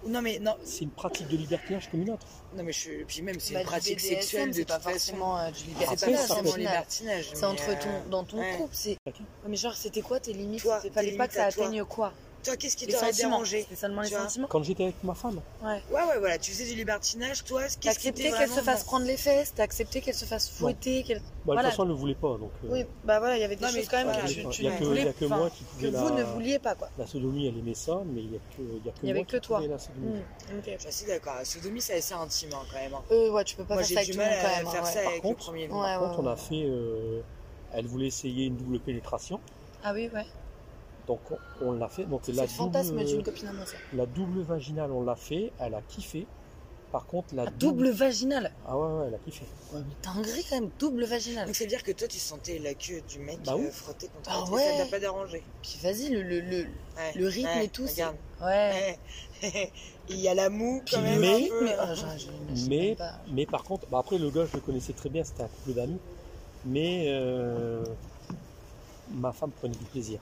S3: Non, mais non,
S2: C'est une pratique de libertinage comme une autre.
S3: non mais je, puis même, c'est
S5: Bah,
S3: une
S5: du
S3: pratique
S5: BDSM,
S3: sexuelle de
S5: c'est
S3: toute
S5: pas
S3: façon.
S5: forcément euh, du
S3: C'est
S5: liberté.
S3: pas
S2: Après, ça
S3: forcément
S2: peut-
S3: libertinage.
S5: C'est
S3: mais,
S5: entre
S3: euh,
S5: ton, dans ton
S3: ouais.
S5: couple. C'est... Ouais, Mais genre, c'était quoi tes limites
S3: Toi,
S5: Il fallait
S3: tes
S5: pas que ça
S3: limites à toi.
S5: atteigne quoi
S3: Toi, qu'est-ce qui
S5: Les
S3: t'aurait
S5: sentiments.
S3: dérangé
S5: C'est seulement les
S3: Tu vois
S5: sentiments.
S2: Quand j'étais avec ma femme, Bah,
S3: Ouais, ouais, voilà, tu faisais du libertinage, toi, qu'est-ce qui
S5: T'acceptais
S3: t'est
S5: Bah, qu'elle
S3: vraiment-
S5: se fasse prendre les fesses, t'acceptais qu'elle se fasse fouetter. qu'elle-
S2: bah, de
S5: Voilà.
S2: toute façon, elle ne voulait pas. Donc, euh,
S5: Oui, bah voilà, il y avait des
S3: Non, mais
S5: choses quand même
S3: voilà,
S5: que
S2: il
S5: je-
S2: n'y a,
S5: tu
S2: il y a
S5: ne
S2: que- il y
S5: voulais
S2: a que
S5: enfin,
S2: moi qui
S5: que
S2: pouvais la,
S5: vous ne vouliez pas, quoi.
S2: la sodomie, elle aimait ça, mais il n'y a que, il y a que
S5: Il y avait
S2: moi
S5: que
S2: qui
S5: toi.
S2: pouvais la sodomie.
S5: Mm, ok.
S3: Je suis assez d'accord. La Sodomie, c'est assez intime hein, quand même. hein.
S5: Euh, ouais, tu peux pas
S3: Moi,
S5: faire ça avec
S3: j'ai du
S5: tout le
S3: mal
S5: monde
S3: à
S5: quand même.
S3: faire
S5: hein,
S3: ça
S5: ouais.
S3: avec
S2: contre,
S3: le premier.
S5: Ouais,
S2: Par
S5: ouais,
S2: contre, on a
S5: ouais.
S2: fait. euh, elle voulait essayer une double pénétration,
S5: Ah oui, ouais.
S2: donc on, on l'a fait. Donc,
S5: C'est
S2: la
S5: le
S2: double,
S5: fantasme d'une copine à moi, ça.
S2: la double vaginale, on l'a fait, elle a kiffé. Par contre, la
S5: Ah, Double vaginale.
S2: Ah ouais, ouais, elle a kiffé.
S5: Ouais, mais t'as un gré quand même, double vaginale.
S3: Donc, ça veut dire que toi, tu sentais la queue du mec
S2: Bah
S3: euh,
S2: oui.
S3: frotter contre
S5: Ah
S3: toi.
S5: ouais.
S3: Ça t'a pas dérangé.
S5: Puis vas-y, le, le, le,
S3: Ouais.
S5: le rythme
S3: Ouais,
S5: et tout. c'est-
S3: Regarde.
S5: Ouais.
S3: Ouais. (laughs) Il y a la moue quand
S2: Puis
S3: même.
S2: le
S3: un
S2: rythme,
S3: peu,
S5: Mais,
S3: hein.
S5: ah, je- je- je-
S2: Mais-
S5: je sais pas.
S2: Mais par contre, bah après le gars, je le connaissais très bien, c'était un couple d'amis. Mais euh, ma femme prenait du plaisir.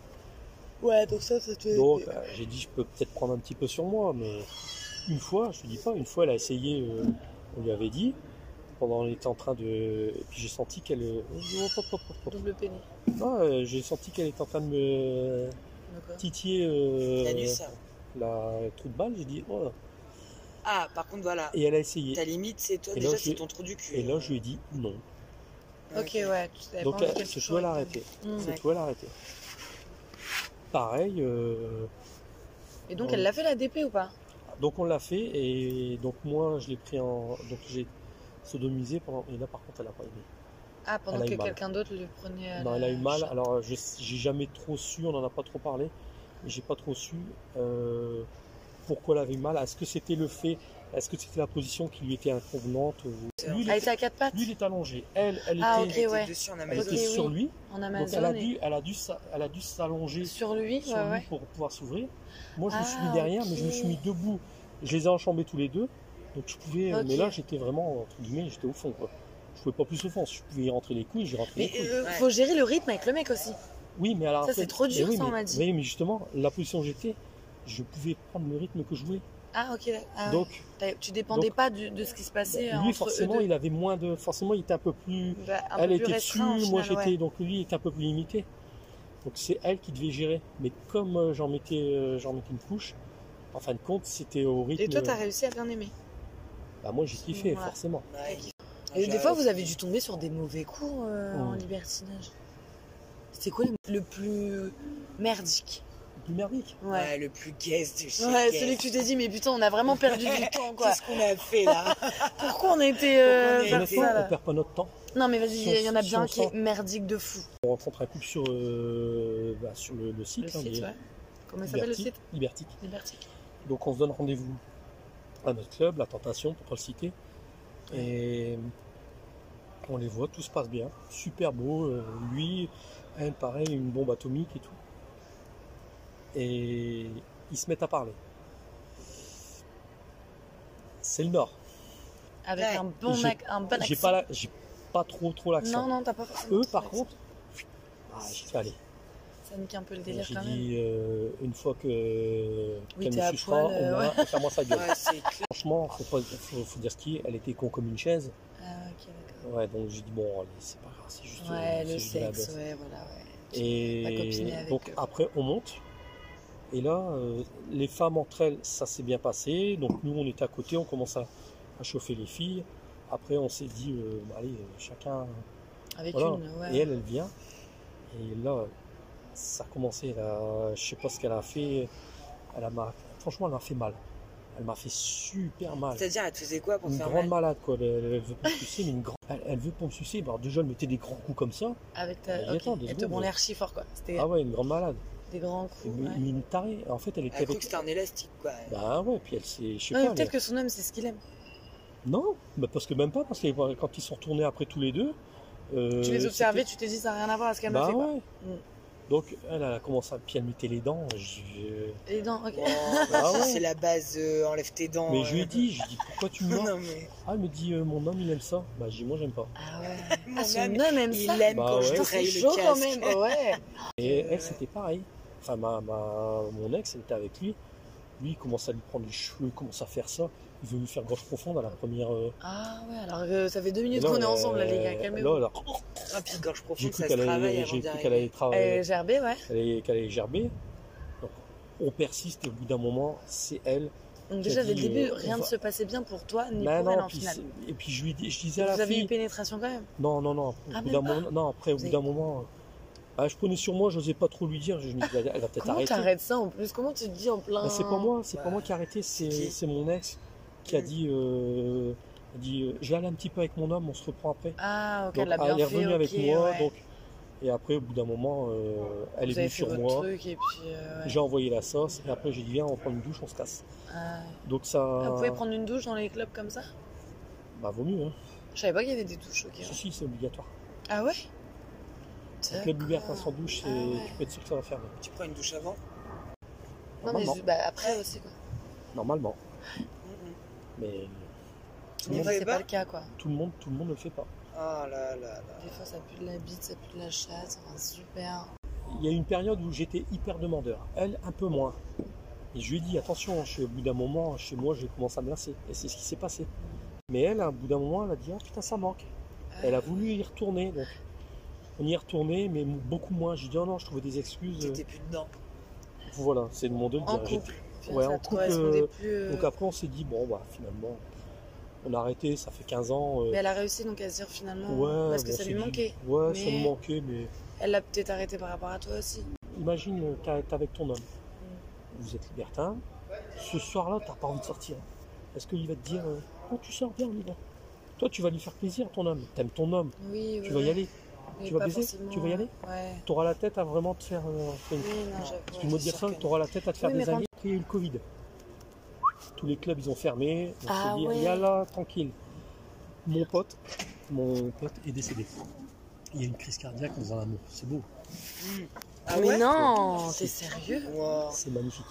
S5: Ouais, donc ça, ça te.
S2: Donc euh, j'ai dit, je peux peut-être prendre un petit peu sur moi, mais une fois, je te dis pas, une fois, elle a essayé, euh, on lui avait dit, pendant on était en train de. Et puis j'ai senti qu'elle. euh, hop, hop, hop, hop, hop.
S5: Double pénis.
S2: Non, oh, euh, j'ai senti qu'elle était en train de me
S5: D'accord.
S2: titiller euh,
S3: L'anus.
S2: la trou de balle. J'ai dit, oh.
S3: Ah, par contre, voilà.
S2: Et elle a essayé.
S3: Ta limite, c'est toi
S2: Et
S3: déjà,
S2: là, je-
S3: c'est ton trou du cul. hein.
S2: Et là, je lui ai dit non.
S5: Ok, ouais. tu savais
S2: Donc
S5: pas envie
S2: elle
S5: qu'elle
S2: se jouait à
S5: soit-
S2: l'arrêter.
S5: Mm.
S2: C'est toi l'arrêter. Pareil, euh,
S5: Et donc, elle l'a fait la DP ou pas
S2: donc on l'a fait et donc moi je l'ai pris en. Donc j'ai sodomisé pendant. Et là par contre elle a pas aimé.
S5: Ah, pendant
S2: Elle a
S5: que
S2: eu mal.
S5: quelqu'un d'autre le prenait. à
S2: non,
S5: la-
S2: elle a eu mal. Alors je- j'ai jamais trop su, on en a pas trop parlé. mais J'ai pas trop su euh, pourquoi elle avait mal. Est-ce que c'était le fait Est-ce que c'était la position qui lui était inconvenante ou- Lui il
S5: Ah, Elle était
S2: est,
S5: à quatre pattes
S2: lui, il est allongé. Elle, elle
S5: Ah,
S2: était,
S5: ok,
S3: J'étais
S5: ouais.
S3: dessus en
S2: elle
S3: Amazon.
S2: était
S5: Ok,
S2: sur
S5: oui.
S2: lui.
S5: en
S2: Donc elle a
S5: Amazon. et-
S2: dû, elle a dû, s'a- elle a dû s'allonger
S5: Sur lui,
S2: sur
S5: ouais,
S2: lui
S5: ouais.
S2: pour pouvoir s'ouvrir. Moi, je me suis
S5: Ah,
S2: mis derrière, mais je me
S5: ok.
S2: suis mis debout. Je les ai enchambés tous les deux. Donc, je pouvais. euh,
S5: Ok.
S2: Mais là, j'étais vraiment, entre guillemets, j'étais au fond, quoi. Je pouvais pas plus au fond. Si je pouvais y rentrer les couilles, j'y rentrais
S5: Mais
S2: les couilles.
S5: euh,
S3: Ouais.
S5: faut gérer le rythme avec le mec aussi.
S2: Oui, mais à la
S5: ça,
S2: rentrée-
S5: c'est trop dur,
S2: mais oui,
S5: ça, on
S2: mais-
S5: m'a dit.
S2: Oui, mais justement, la position où j'étais, je pouvais prendre le rythme que je voulais.
S5: Ah, ok. Ah, ouais.
S2: Donc,
S5: T'as- Tu dépendais
S2: donc-
S5: pas du- de ce qui se passait. euh,
S2: lui,
S5: entre
S2: forcément,
S5: eux deux.
S2: il avait moins de. Forcément, il était un peu plus.
S5: Bah, un peu
S2: elle
S5: plus
S2: était dessus,
S5: restreint, au
S2: moi
S5: final,
S2: j'étais.
S5: ouais.
S2: Donc, lui, il était un peu plus limité. Donc, c'est elle qui devait gérer. Mais comme euh, j'en mettais, euh, j'en mettais une couche, En fin de compte, c'était au rythme.
S5: Et toi, t'as réussi à bien aimer.
S2: Bah, moi, j'ai kiffé,
S5: Voilà.
S2: forcément.
S5: Et des fois, vous avez dû tomber sur des mauvais coups euh, en
S2: Mm.
S5: libertinage. C'était quoi le- le plus merdique
S2: Du merdique.
S5: Ouais.
S3: Ouais, le plus guest de chez
S5: Ouais,
S3: guest.
S5: celui que tu t'es dit, mais putain, on a vraiment perdu (laughs) du temps, quoi.
S3: Qu'est-ce qu'on a fait
S5: (laughs)
S3: là
S5: Pourquoi on a été euh,
S3: Pourquoi on a
S5: faire
S3: été-
S2: Honnêtement,
S5: ça,
S2: on
S5: là
S2: perd pas notre temps.
S5: Non, mais vas-y,
S2: Si on-
S5: il y en a
S2: si
S5: bien
S2: on
S5: un qui est
S2: sent-
S5: merdique de fou.
S2: On rencontre un couple sur, euh, bah, sur le, le site.
S5: Le
S2: hein,
S5: site,
S2: des-
S5: ouais. Comment ça s'appelle le
S2: Liberty-
S5: site
S2: Libertic.
S5: Liberty.
S2: Donc on se donne rendez-vous à notre club, la Tentation, pour pas le citer. Et euh, on les voit, tout se passe bien. Super beau. euh, lui, un pareil, une bombe atomique et tout. Et ils se mettent à parler. C'est le Nord.
S5: Avec
S3: Ouais.
S5: un bon,
S2: J'ai-
S5: ac- un bon accent.
S2: J'ai pas, la- j'ai pas trop trop l'accent.
S5: Non, non, t'as pas forcément.
S2: Eux,
S5: trop
S2: par
S5: l'accent.
S2: contre, ah, j'ai fait aller.
S5: Ça nique un peu le délire
S2: J'ai
S5: quand même.
S2: dit euh, une fois que euh,
S5: Oui,
S2: qu'elle
S5: t'es
S2: me
S5: à
S2: sucera,
S5: poil, euh,
S2: on va ferme sa
S5: (laughs)
S2: gueule.
S3: Ouais, c'est clair.
S2: Franchement, faut, pas, faut, faut dire ce qui est, elle était con comme une chaise.
S5: Ah, ok, d'accord.
S2: Ouais, donc j'ai dit, bon, allez, c'est pas grave, c'est juste,
S5: Ouais,
S2: euh, c'est
S5: le
S2: juste de la
S5: sexe,
S2: baisse.
S5: ouais, voilà, ouais. pas copiner
S2: Et
S5: avec euh.
S2: donc
S5: eux.
S2: après, on monte. Et là, euh, les femmes entre elles, ça s'est bien passé. Donc nous, on était à côté, on commence à, à chauffer les filles. Après, on s'est dit, euh, bah, allez, euh, chacun.
S5: Avec
S2: Voilà.
S5: une, ouais.
S2: Et elle, elle vient. Et là, ça a commencé. Là, je sais pas ce qu'elle a fait. Elle a m'a- Franchement, elle m'a fait mal. Elle m'a fait super mal.
S3: C'est-à-dire, elle te faisait quoi pour
S2: Une
S3: faire
S2: grande
S3: mal
S2: malade, quoi. Elle, elle veut pas me sucer, mais une grande. Elle, elle veut pas me sucer. Alors déjà, elle mettait des grands coups comme ça.
S5: Avec
S2: Elle y
S5: ta.
S2: Ah, attend
S5: Ok,
S2: deux
S5: elle te
S2: secondes.
S5: branlait archi fort, quoi. C'était
S2: Ah ouais, une grande malade.
S5: des grands coups.
S2: Mais
S5: ouais.
S2: mais une tarée. En fait, elle était
S3: Elle croit
S2: avec.
S3: que c'était un élastique, quoi.
S2: Bah ouais, puis elle s'est. Je sais
S5: Ouais,
S2: pas.
S5: Peut-être
S2: elle-
S5: que son homme, c'est ce qu'il aime.
S2: Euh, Non, bah parce que même pas, parce que quand ils sont retournés après tous les deux. euh,
S5: tu les observais,
S2: c'était-
S5: tu t'es dit, ça n'a rien à voir à ce qu'elle m'a
S2: Bah
S5: fait, quoi.
S2: ouais.
S5: Mm.
S2: Donc elle, elle a commencé à puis elle mettait les dents. je-
S5: Et non, ok.
S3: Bon,
S2: Ah ouais.
S3: C'est la base, euh, enlève tes dents.
S2: Mais je lui ai
S3: euh.
S2: dit, je lui ai dit pourquoi tu
S3: (laughs)
S2: me mens
S3: Non, mais
S2: Ah, elle me dit euh, mon homme il aime ça. Bah j'ai dit moi j'aime pas.
S5: Ah ouais.
S3: mon
S5: Ah, son
S3: âme,
S5: homme aime
S3: il
S5: ça.
S3: aime
S2: Bah
S3: quand
S2: ouais.
S3: je
S5: Putain,
S3: te
S5: c'est
S3: raye
S5: chaud
S3: le
S5: quand
S3: casque.
S2: (laughs)
S5: même. Ouais.
S2: Et elle c'était pareil. Enfin ma, ma- mon ex elle était avec lui. Lui il commence à lui prendre les cheveux, il commence à faire ça. Il veut lui faire gorge profonde à la première. euh,
S5: Ah ouais, alors euh, ça fait deux minutes
S2: là,
S5: qu'on est
S2: euh,
S5: ensemble, là, les
S2: là,
S5: gars, calmez-vous. Oh,
S2: là,
S3: Ah, puis gorge
S2: J'ai
S3: profonde,
S2: cru
S3: ça se
S2: qu'elle
S3: travaille
S2: allait,
S3: avant
S2: j'ai
S3: d'y
S2: cru
S3: arriver.
S2: qu'elle allait travailler.
S5: Euh, Gerbet, ouais.
S2: qu'elle allait, qu'elle allait gerber. Donc, on persiste et au bout d'un moment, c'est elle.
S5: Donc déjà, dès le
S2: dit,
S5: début,
S2: euh,
S5: rien
S2: on
S5: ne
S2: va-
S5: se passait bien pour toi, ni
S2: Bah
S5: pour elle,
S2: non,
S5: en
S2: puis
S5: finale.
S2: c'est- et puis je lui dis, je disais à la
S5: Vous avez
S2: fille,
S5: eu pénétration quand même
S2: non, non, non, au
S5: Ah,
S2: bout
S5: même
S2: d'un moment, non, après, au
S5: Vous
S2: bout
S5: avez-
S2: d'un moment, euh, ah, je prenais sur moi, j'osais pas trop lui dire, je me disais, elle va peut-être
S5: Comment
S2: arrêter.
S5: t'arrêtes Oh. Bah, ça en plus Comment tu te dis en plein...
S2: Bah, c'est pas moi, c'est pas
S3: Ouais.
S2: moi qui ai arrêté, c'est,
S3: C'est qui
S2: c'est mon ex qui a
S3: Mm.
S2: dit, euh, a dit, euh, je vais aller un petit peu avec mon homme, on se reprend après.
S5: Ah, ok,
S2: Donc,
S5: elle a bien
S2: elle est
S5: fait,
S2: revenue
S5: ok,
S2: avec moi,
S5: ouais.
S2: donc, et après, au bout d'un moment, euh, elle est
S5: Vous
S2: venue
S5: avez fait
S2: sur
S5: votre
S2: moi,
S5: truc, et puis... euh, ouais.
S2: j'ai envoyé la sauce, et après, j'ai dit, viens, on prend une douche, on se casse.
S5: Ah.
S2: Donc ça.
S5: Ah, Vous pouvez prendre une douche dans les clubs comme ça
S2: Bah vaut mieux, hein.
S5: Je savais pas qu'il y avait des douches, ok.
S2: Si, si, c'est obligatoire.
S5: Ah ouais
S2: Le club ouvert,
S5: D'accord.
S2: sans douche, c'est-
S5: Ah ouais.
S2: tu peux être sûr que ça va fermer.
S3: Tu prends une douche avant Mm,
S5: Non, mais
S2: Normalement.
S5: je- bah, après aussi, quoi.
S2: Normalement.
S3: Mhm.
S2: Mais tout le,
S5: Des
S3: Mais
S2: monde,
S5: fois,
S3: vous
S5: c'est
S3: pas
S5: pas le cas, quoi.
S2: tout le monde, tout le monde ne le fait pas.
S3: Ah là là là.
S5: Des fois, ça pue de la bite, ça pue de la chatte, enfin, super.
S2: Il y a eu une période où j'étais hyper demandeur. Elle, un peu moins. Et je lui ai dit, attention, hein, je suis- au bout d'un moment, chez moi, je commence à me lasser. Et c'est ce qui s'est passé. Mais elle, hein, au bout d'un moment, elle a dit, ah putain, ça manque. Elle a voulu y retourner. Donc, on y est retourné, mais mou- beaucoup moins. J'ai dit, oh non, je trouvais des excuses.
S3: T'étais plus dedans.
S2: Voilà, c'est le monde de le
S5: En
S2: dire. J'ai-
S5: couple. Puis
S2: Ouais,
S5: ça
S2: en
S5: te
S2: couple,
S5: correspondait
S2: euh,
S5: plus. euh,
S2: Donc après, on s'est dit, bon, bah finalement, on a arrêté, ça fait 15 ans. euh,
S5: Mais elle a réussi donc à se dire finalement.
S2: Ouais,
S5: parce que
S2: bon,
S5: ça
S2: c'est
S5: lui
S2: du-
S5: manquait.
S2: Ouais,
S5: Mais-
S2: ça me manquait, mais
S5: Elle l'a peut-être arrêté par rapport à toi aussi.
S2: imagine, euh, t'as- t'es avec ton homme. Vous êtes libertin. Ce soir-là, t'as pas envie de sortir. Est-ce qu'il va te dire, euh, oh, tu sors, bien, on y va. Toi, tu vas lui faire plaisir, ton homme. T'aimes ton homme,
S5: Oui,
S2: tu vas y aller.
S5: mais
S2: tu vas
S5: pas
S2: baiser
S5: forcément,
S2: Tu vas y aller
S5: Ouais.
S2: T'auras la tête à vraiment te faire. euh, faire une-
S5: Oui, non, j'avoue.
S2: Excuse-moi de dire ça, t'auras la tête à te faire
S5: Oui, mais
S2: des amis. Après, il y a eu le Covid. Tous les clubs, ils ont fermé. On
S5: Ah
S2: s'est dit,
S5: ouais.
S2: y a là, tranquille. Mon pote, mon pote est décédé. Il y a une crise cardiaque dans un amour. C'est beau,
S3: Ah
S5: mais
S3: ouais
S5: non, t'es sérieux
S3: Wow.
S2: c'est magnifique.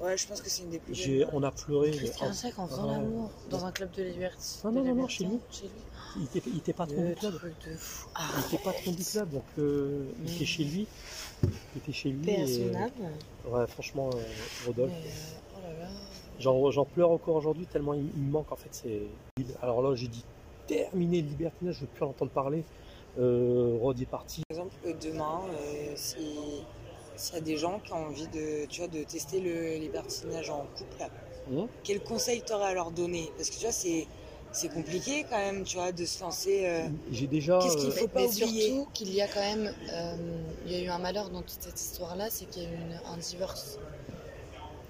S3: Ouais, je pense que c'est une des plus
S2: J'ai-
S3: belles.
S2: on a pleuré.
S5: Chris
S2: Oh,
S5: Karchak en faisant
S2: ouais.
S5: l'amour dans un club de liberté.
S2: Ah, Non, non, non, non, chez lui.
S5: Chez lui.
S2: il était, il était patron du
S5: Le
S2: club.
S5: truc de fou. Ah,
S2: Il était patron du club, donc euh, il était chez lui. Il était chez lui.
S5: paix à
S2: et- euh,
S5: son âme.
S2: ouais, franchement, euh,
S5: Mais,
S2: Rodolphe.
S5: euh, oh là là.
S2: J'en j'en pleure encore aujourd'hui tellement il, il me manque en fait. C'est alors là j'ai dit terminé le libertinage, je veux plus en entendre parler. Euh, Rod est parti.
S3: Par exemple, euh, demain, euh, si s'il y a des gens qui ont envie de, tu vois, de tester le libertinage en couple,
S2: Mhm.
S3: quel conseil t'aurais à leur donner Parce que tu vois, c'est c'est compliqué quand même, tu vois, de se lancer. euh,
S2: J'ai déjà.
S3: Qu'est-ce qu'il
S2: euh,
S3: Il faut pas
S5: mais
S3: oublier.
S5: surtout qu'il y a quand même, euh, il y a eu un malheur dans toute cette histoire-là, c'est qu'il y a eu une- un divorce.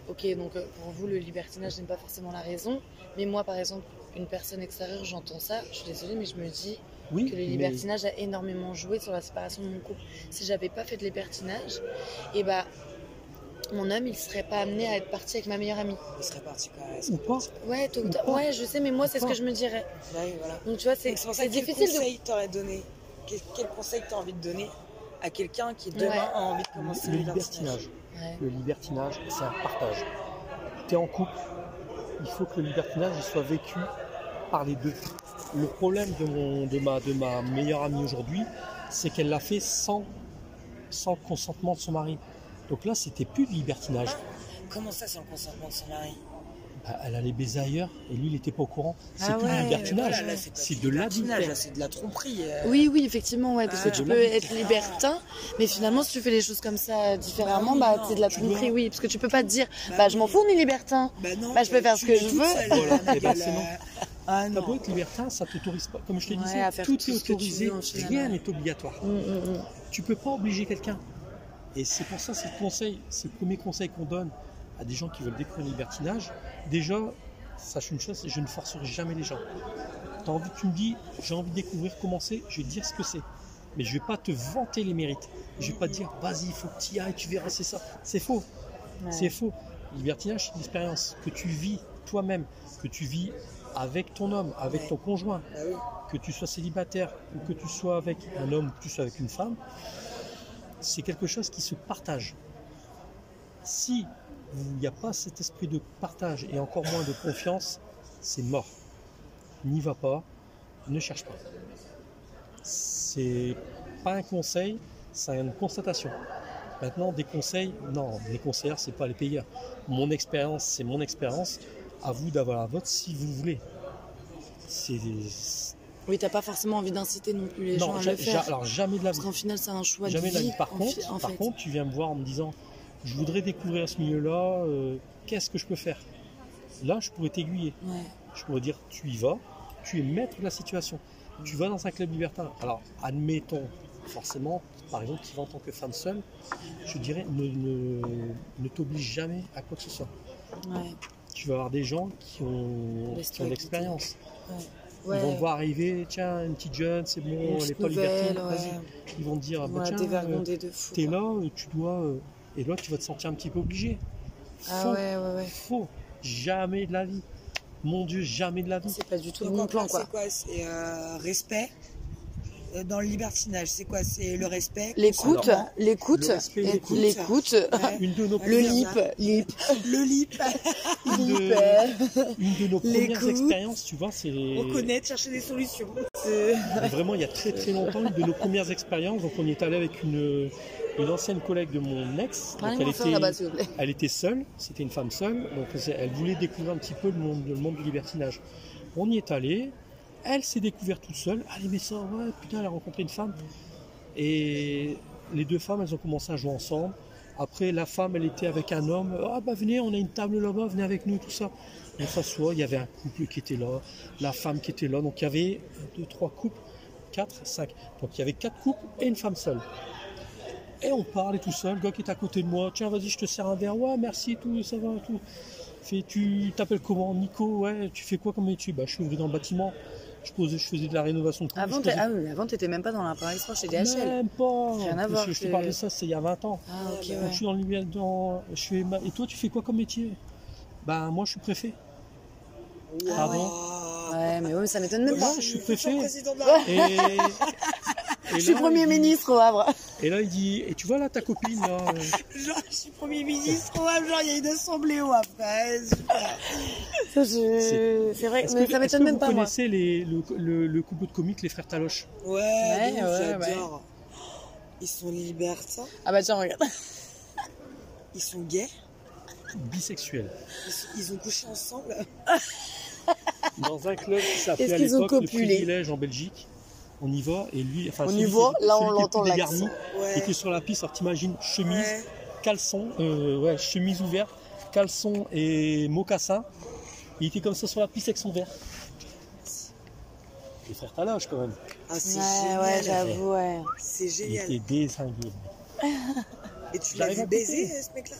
S5: Ok, donc euh, pour vous, le libertinage n'est pas forcément la raison, mais moi, par exemple, une personne extérieure, j'entends ça, je suis désolée, mais je me dis
S2: oui,
S5: que le
S2: mais-
S5: libertinage a énormément joué sur la séparation de mon couple. Si j'avais pas fait de libertinage, et bah, mon homme, il serait pas amené à être parti avec ma meilleure amie.
S3: Il serait parti quand même.
S2: Ou pas.
S5: Ouais, tôt ou tard- ouais, je sais, mais moi, c'est ce que je me dirais.
S3: Ouais, voilà.
S5: Donc tu vois, c'est
S3: Donc, C'est pour ça
S5: c'est
S3: que quel
S5: difficile de
S3: conseil t'aurais donné quel, quel conseil t'as envie de donner à quelqu'un qui demain
S5: Ouais.
S3: a envie de commencer
S2: Le
S3: le
S2: libertinage.
S5: Ouais.
S2: Le libertinage, c'est un partage. Tu es en couple, il faut que le libertinage il soit vécu par les deux. Le problème de, mon, de, ma, de ma meilleure amie aujourd'hui, c'est qu'elle l'a fait sans, sans le consentement de son mari. Donc là, c'était plus de libertinage.
S3: Comment ça, sans le consentement de son mari
S2: Bah, elle allait baiser ailleurs et lui, il n'était pas au courant. C'est
S3: Ah
S2: plus
S3: ouais,
S2: du libertinage.
S3: voilà, là, c'est pas
S2: c'est
S3: du
S2: de
S3: libertinage, hein. là,
S2: l'adultère.
S3: c'est de la tromperie. euh.
S5: Oui, oui, effectivement, ouais, parce
S3: Ah,
S5: que tu
S2: de
S5: peux
S2: l'homme.
S5: être libertin, mais finalement, si tu fais les choses comme ça différemment,
S3: Bah
S5: bah,
S3: oui, non,
S5: c'est de la
S3: tu
S5: tromperie,
S3: vois.
S5: oui, parce que tu peux pas te dire,
S3: Bah
S5: bah,
S3: oui.
S5: je m'en fous, on est libertin.
S3: Bah non,
S5: Bah, je peux faire ce que je veux.
S2: Voilà,
S3: (laughs)
S2: eh ben, c'est non.
S3: Ah
S2: T'as
S3: non.
S2: beau être libertin, ça t'autorise pas. Comme je te
S5: Ouais,
S2: disais,
S5: à faire
S2: tout
S5: tout
S2: est
S5: ce que tu
S2: autorisé,
S5: veux, Mm, au final,
S2: rien
S5: ouais.
S2: n'est obligatoire. tu peux pas obliger quelqu'un. Et c'est pour ça, c'est le conseil, c'est le premier conseil qu'on donne à des gens qui veulent découvrir le libertinage. Déjà, sache une chose, c'est que je ne forcerai jamais les gens. T'as envie, tu me dis, j'ai envie de découvrir comment c'est, je vais te dire ce que c'est. Mais je vais pas te vanter les mérites. Je vais pas te dire, vas-y, il faut que tu y ailles, tu verras, c'est ça. C'est faux. C'est faux. Le libertinage, c'est une expérience que tu vis toi-même, que tu vis avec ton homme, avec
S3: Ouais.
S2: ton conjoint
S5: Ah
S3: Bah oui.
S2: que tu sois célibataire ou que tu sois avec un homme ou que tu sois avec une femme, c'est quelque chose qui se partage. Si il n'y a pas cet esprit de partage et encore moins de confiance, c'est mort. N'y va pas, ne cherche pas. C'est pas un conseil, c'est une constatation. Maintenant, des conseils, non, les conseillers, c'est pas les payeurs. Mon expérience, c'est mon expérience. À vous d'avoir la vôtre si vous voulez. C'est
S5: Oui, t'as pas forcément envie d'inciter non plus les gens
S2: non,
S5: à
S2: ja-
S5: le faire.
S2: ja- alors jamais de la
S5: Parce qu'en final, c'est un choix
S2: jamais
S5: de
S2: de la
S5: vie.
S2: vie. Par
S5: en
S2: contre,
S5: fi- en
S2: par
S5: fait.
S2: contre, tu viens me voir en me disant, je voudrais découvrir ce milieu-là. euh, Qu'est-ce que je peux faire Là, je pourrais t'aiguiller.
S3: Ouais.
S2: Je pourrais dire, tu y vas. Tu es maître de la situation. Tu vas dans un club libertin. Alors, admettons, forcément, par exemple, tu vas en tant que femme seule, je dirais, ne, ne, ne t'oblige jamais à quoi que ce soit.
S5: Ouais.
S2: Tu vas avoir des gens qui ont, qui ont
S5: Laisse-toi
S2: de
S5: guider.
S2: l'expérience.
S5: Ouais.
S2: Ils vont te voir arriver, tiens, une petite jeune, c'est bon, elle n'est pas libertine. vas-y. Ils vont te dire, ah, bah, tiens, euh,
S5: de fou.
S2: t'es là, euh, tu dois. euh, Et là, tu vas te sentir un petit peu obligé.
S5: Ah
S2: Faux,
S5: ouais, ouais, ouais.
S2: faux. Jamais de la vie. Mon Dieu, jamais de la vie.
S5: C'est pas du tout le
S3: Donc,
S5: bon
S3: en
S5: plan,
S3: clair,
S5: quoi.
S3: C'est quoi C'est euh, respect Euh, dans le libertinage. C'est quoi C'est le respect
S5: L'écoute,
S3: consentement,
S5: l'écoute,
S2: Le respect, l'écoute.
S5: l'écoute,
S3: ouais,
S2: Une de nos,
S5: le
S3: Ouais.
S5: lip, lip,
S2: (laughs)
S5: euh,
S3: le lip,
S5: (laughs)
S2: une de- une de nos premières
S3: L'écoute.
S2: expériences, tu vois, c'est.
S3: reconnaître, chercher des solutions.
S2: Mais Vraiment, il y a très très longtemps, une de nos premières expériences. Donc, on y est allé avec une, une ancienne collègue de mon ex. Donc, elle
S5: Parlez-moi fort
S2: était,
S5: là-bas, s'il vous plaît.
S2: elle était seule, c'était une femme seule, donc c'est- elle voulait découvrir un petit peu le monde, le monde du libertinage. On y est allé, elle s'est découverte toute seule, allez mais ça, ouais, putain, elle a rencontré une femme. Et les deux femmes, elles ont commencé à jouer ensemble. Après, la femme, elle était avec un homme, ah bah venez, on a une table là-bas, venez avec nous, tout ça. On s'assoit, il y avait un couple qui était là, la femme qui était là, donc il y avait un, deux, trois couples, quatre, cinq. Donc il y avait quatre couples et une femme seule. Et on parle et tout seul, le gars qui est à côté de moi, tiens vas-y je te sers un verre, ouais merci, tout, ça va, tout. Fais, tu t'appelles comment Nico, ouais, tu fais quoi comme étude Bah je suis ouvrier dans le bâtiment, je, posais, je faisais de la rénovation de couple,
S7: Avant,
S2: je
S7: t'es-
S2: posais-
S7: ah oui, mais avant, t'étais même pas dans l'appareil sport chez DHL.
S2: Même pas
S7: Rien à
S2: Je-
S7: voir,
S2: Je, te
S7: c'est-
S2: parlais de ça, c'est il y a 20 ans.
S5: Ah, ok,
S2: Donc,
S5: ouais.
S2: je suis dans le milieu- dans- je fais ma- Et toi tu fais quoi comme métier Bah moi je suis préfet. Ah bon
S7: Ouais, mais ouais, ça m'étonne même pas.
S2: Moi je suis préfet.
S3: Président de la
S2: Et... et
S5: (laughs) Je suis
S2: là,
S5: premier
S2: il dit-
S5: ministre au (laughs) Havre.
S2: Et là il dit, et tu vois là ta copine là euh,
S3: (laughs) Genre, je suis Premier ministre, ouais, genre, il y a une assemblée, ouais, après.
S5: Ça, je- C'est vrai,
S2: Est-ce
S5: mais
S2: que-
S5: ça
S2: est-ce que
S5: m'étonne même
S2: vous
S5: pas, moi.
S2: connaissez les- le, le- le couple de comiques, les frères Taloche
S3: Ouais, ouais,
S7: ouais,
S3: j'adore. Ils sont libertins,
S5: Ah bah tiens, regarde.
S3: ils sont gays,
S2: Bisexuels.
S3: ils, sont- ils ont couché ensemble.
S2: Dans un club qui s'appelait
S5: Est-ce
S2: à
S5: qu'ils ont
S2: l'époque le
S5: copulé
S2: privilège en Belgique. on y va, et lui, enfin,
S5: On
S2: celui
S5: y
S2: qui-
S5: va, là
S2: celui
S5: on
S2: qui est
S5: l'entend
S2: plus
S5: l'accent.
S2: dégarni, et que sur la piste, alors t'imagines chemise, caleçon, euh, ouais, chemise ouverte, caleçon et mocassin. Il était comme ça sur la piste avec son verre. Et faire ta loge quand même.
S3: Ah, c'est
S5: Ouais,
S3: génial.
S5: ouais, j'avoue, ouais.
S2: Ah,
S3: C'est
S2: Il
S3: génial.
S2: était désingué.
S3: Et tu l'as
S2: J'arrive
S3: vu
S2: à couper.
S3: baiser, euh, ce mec-là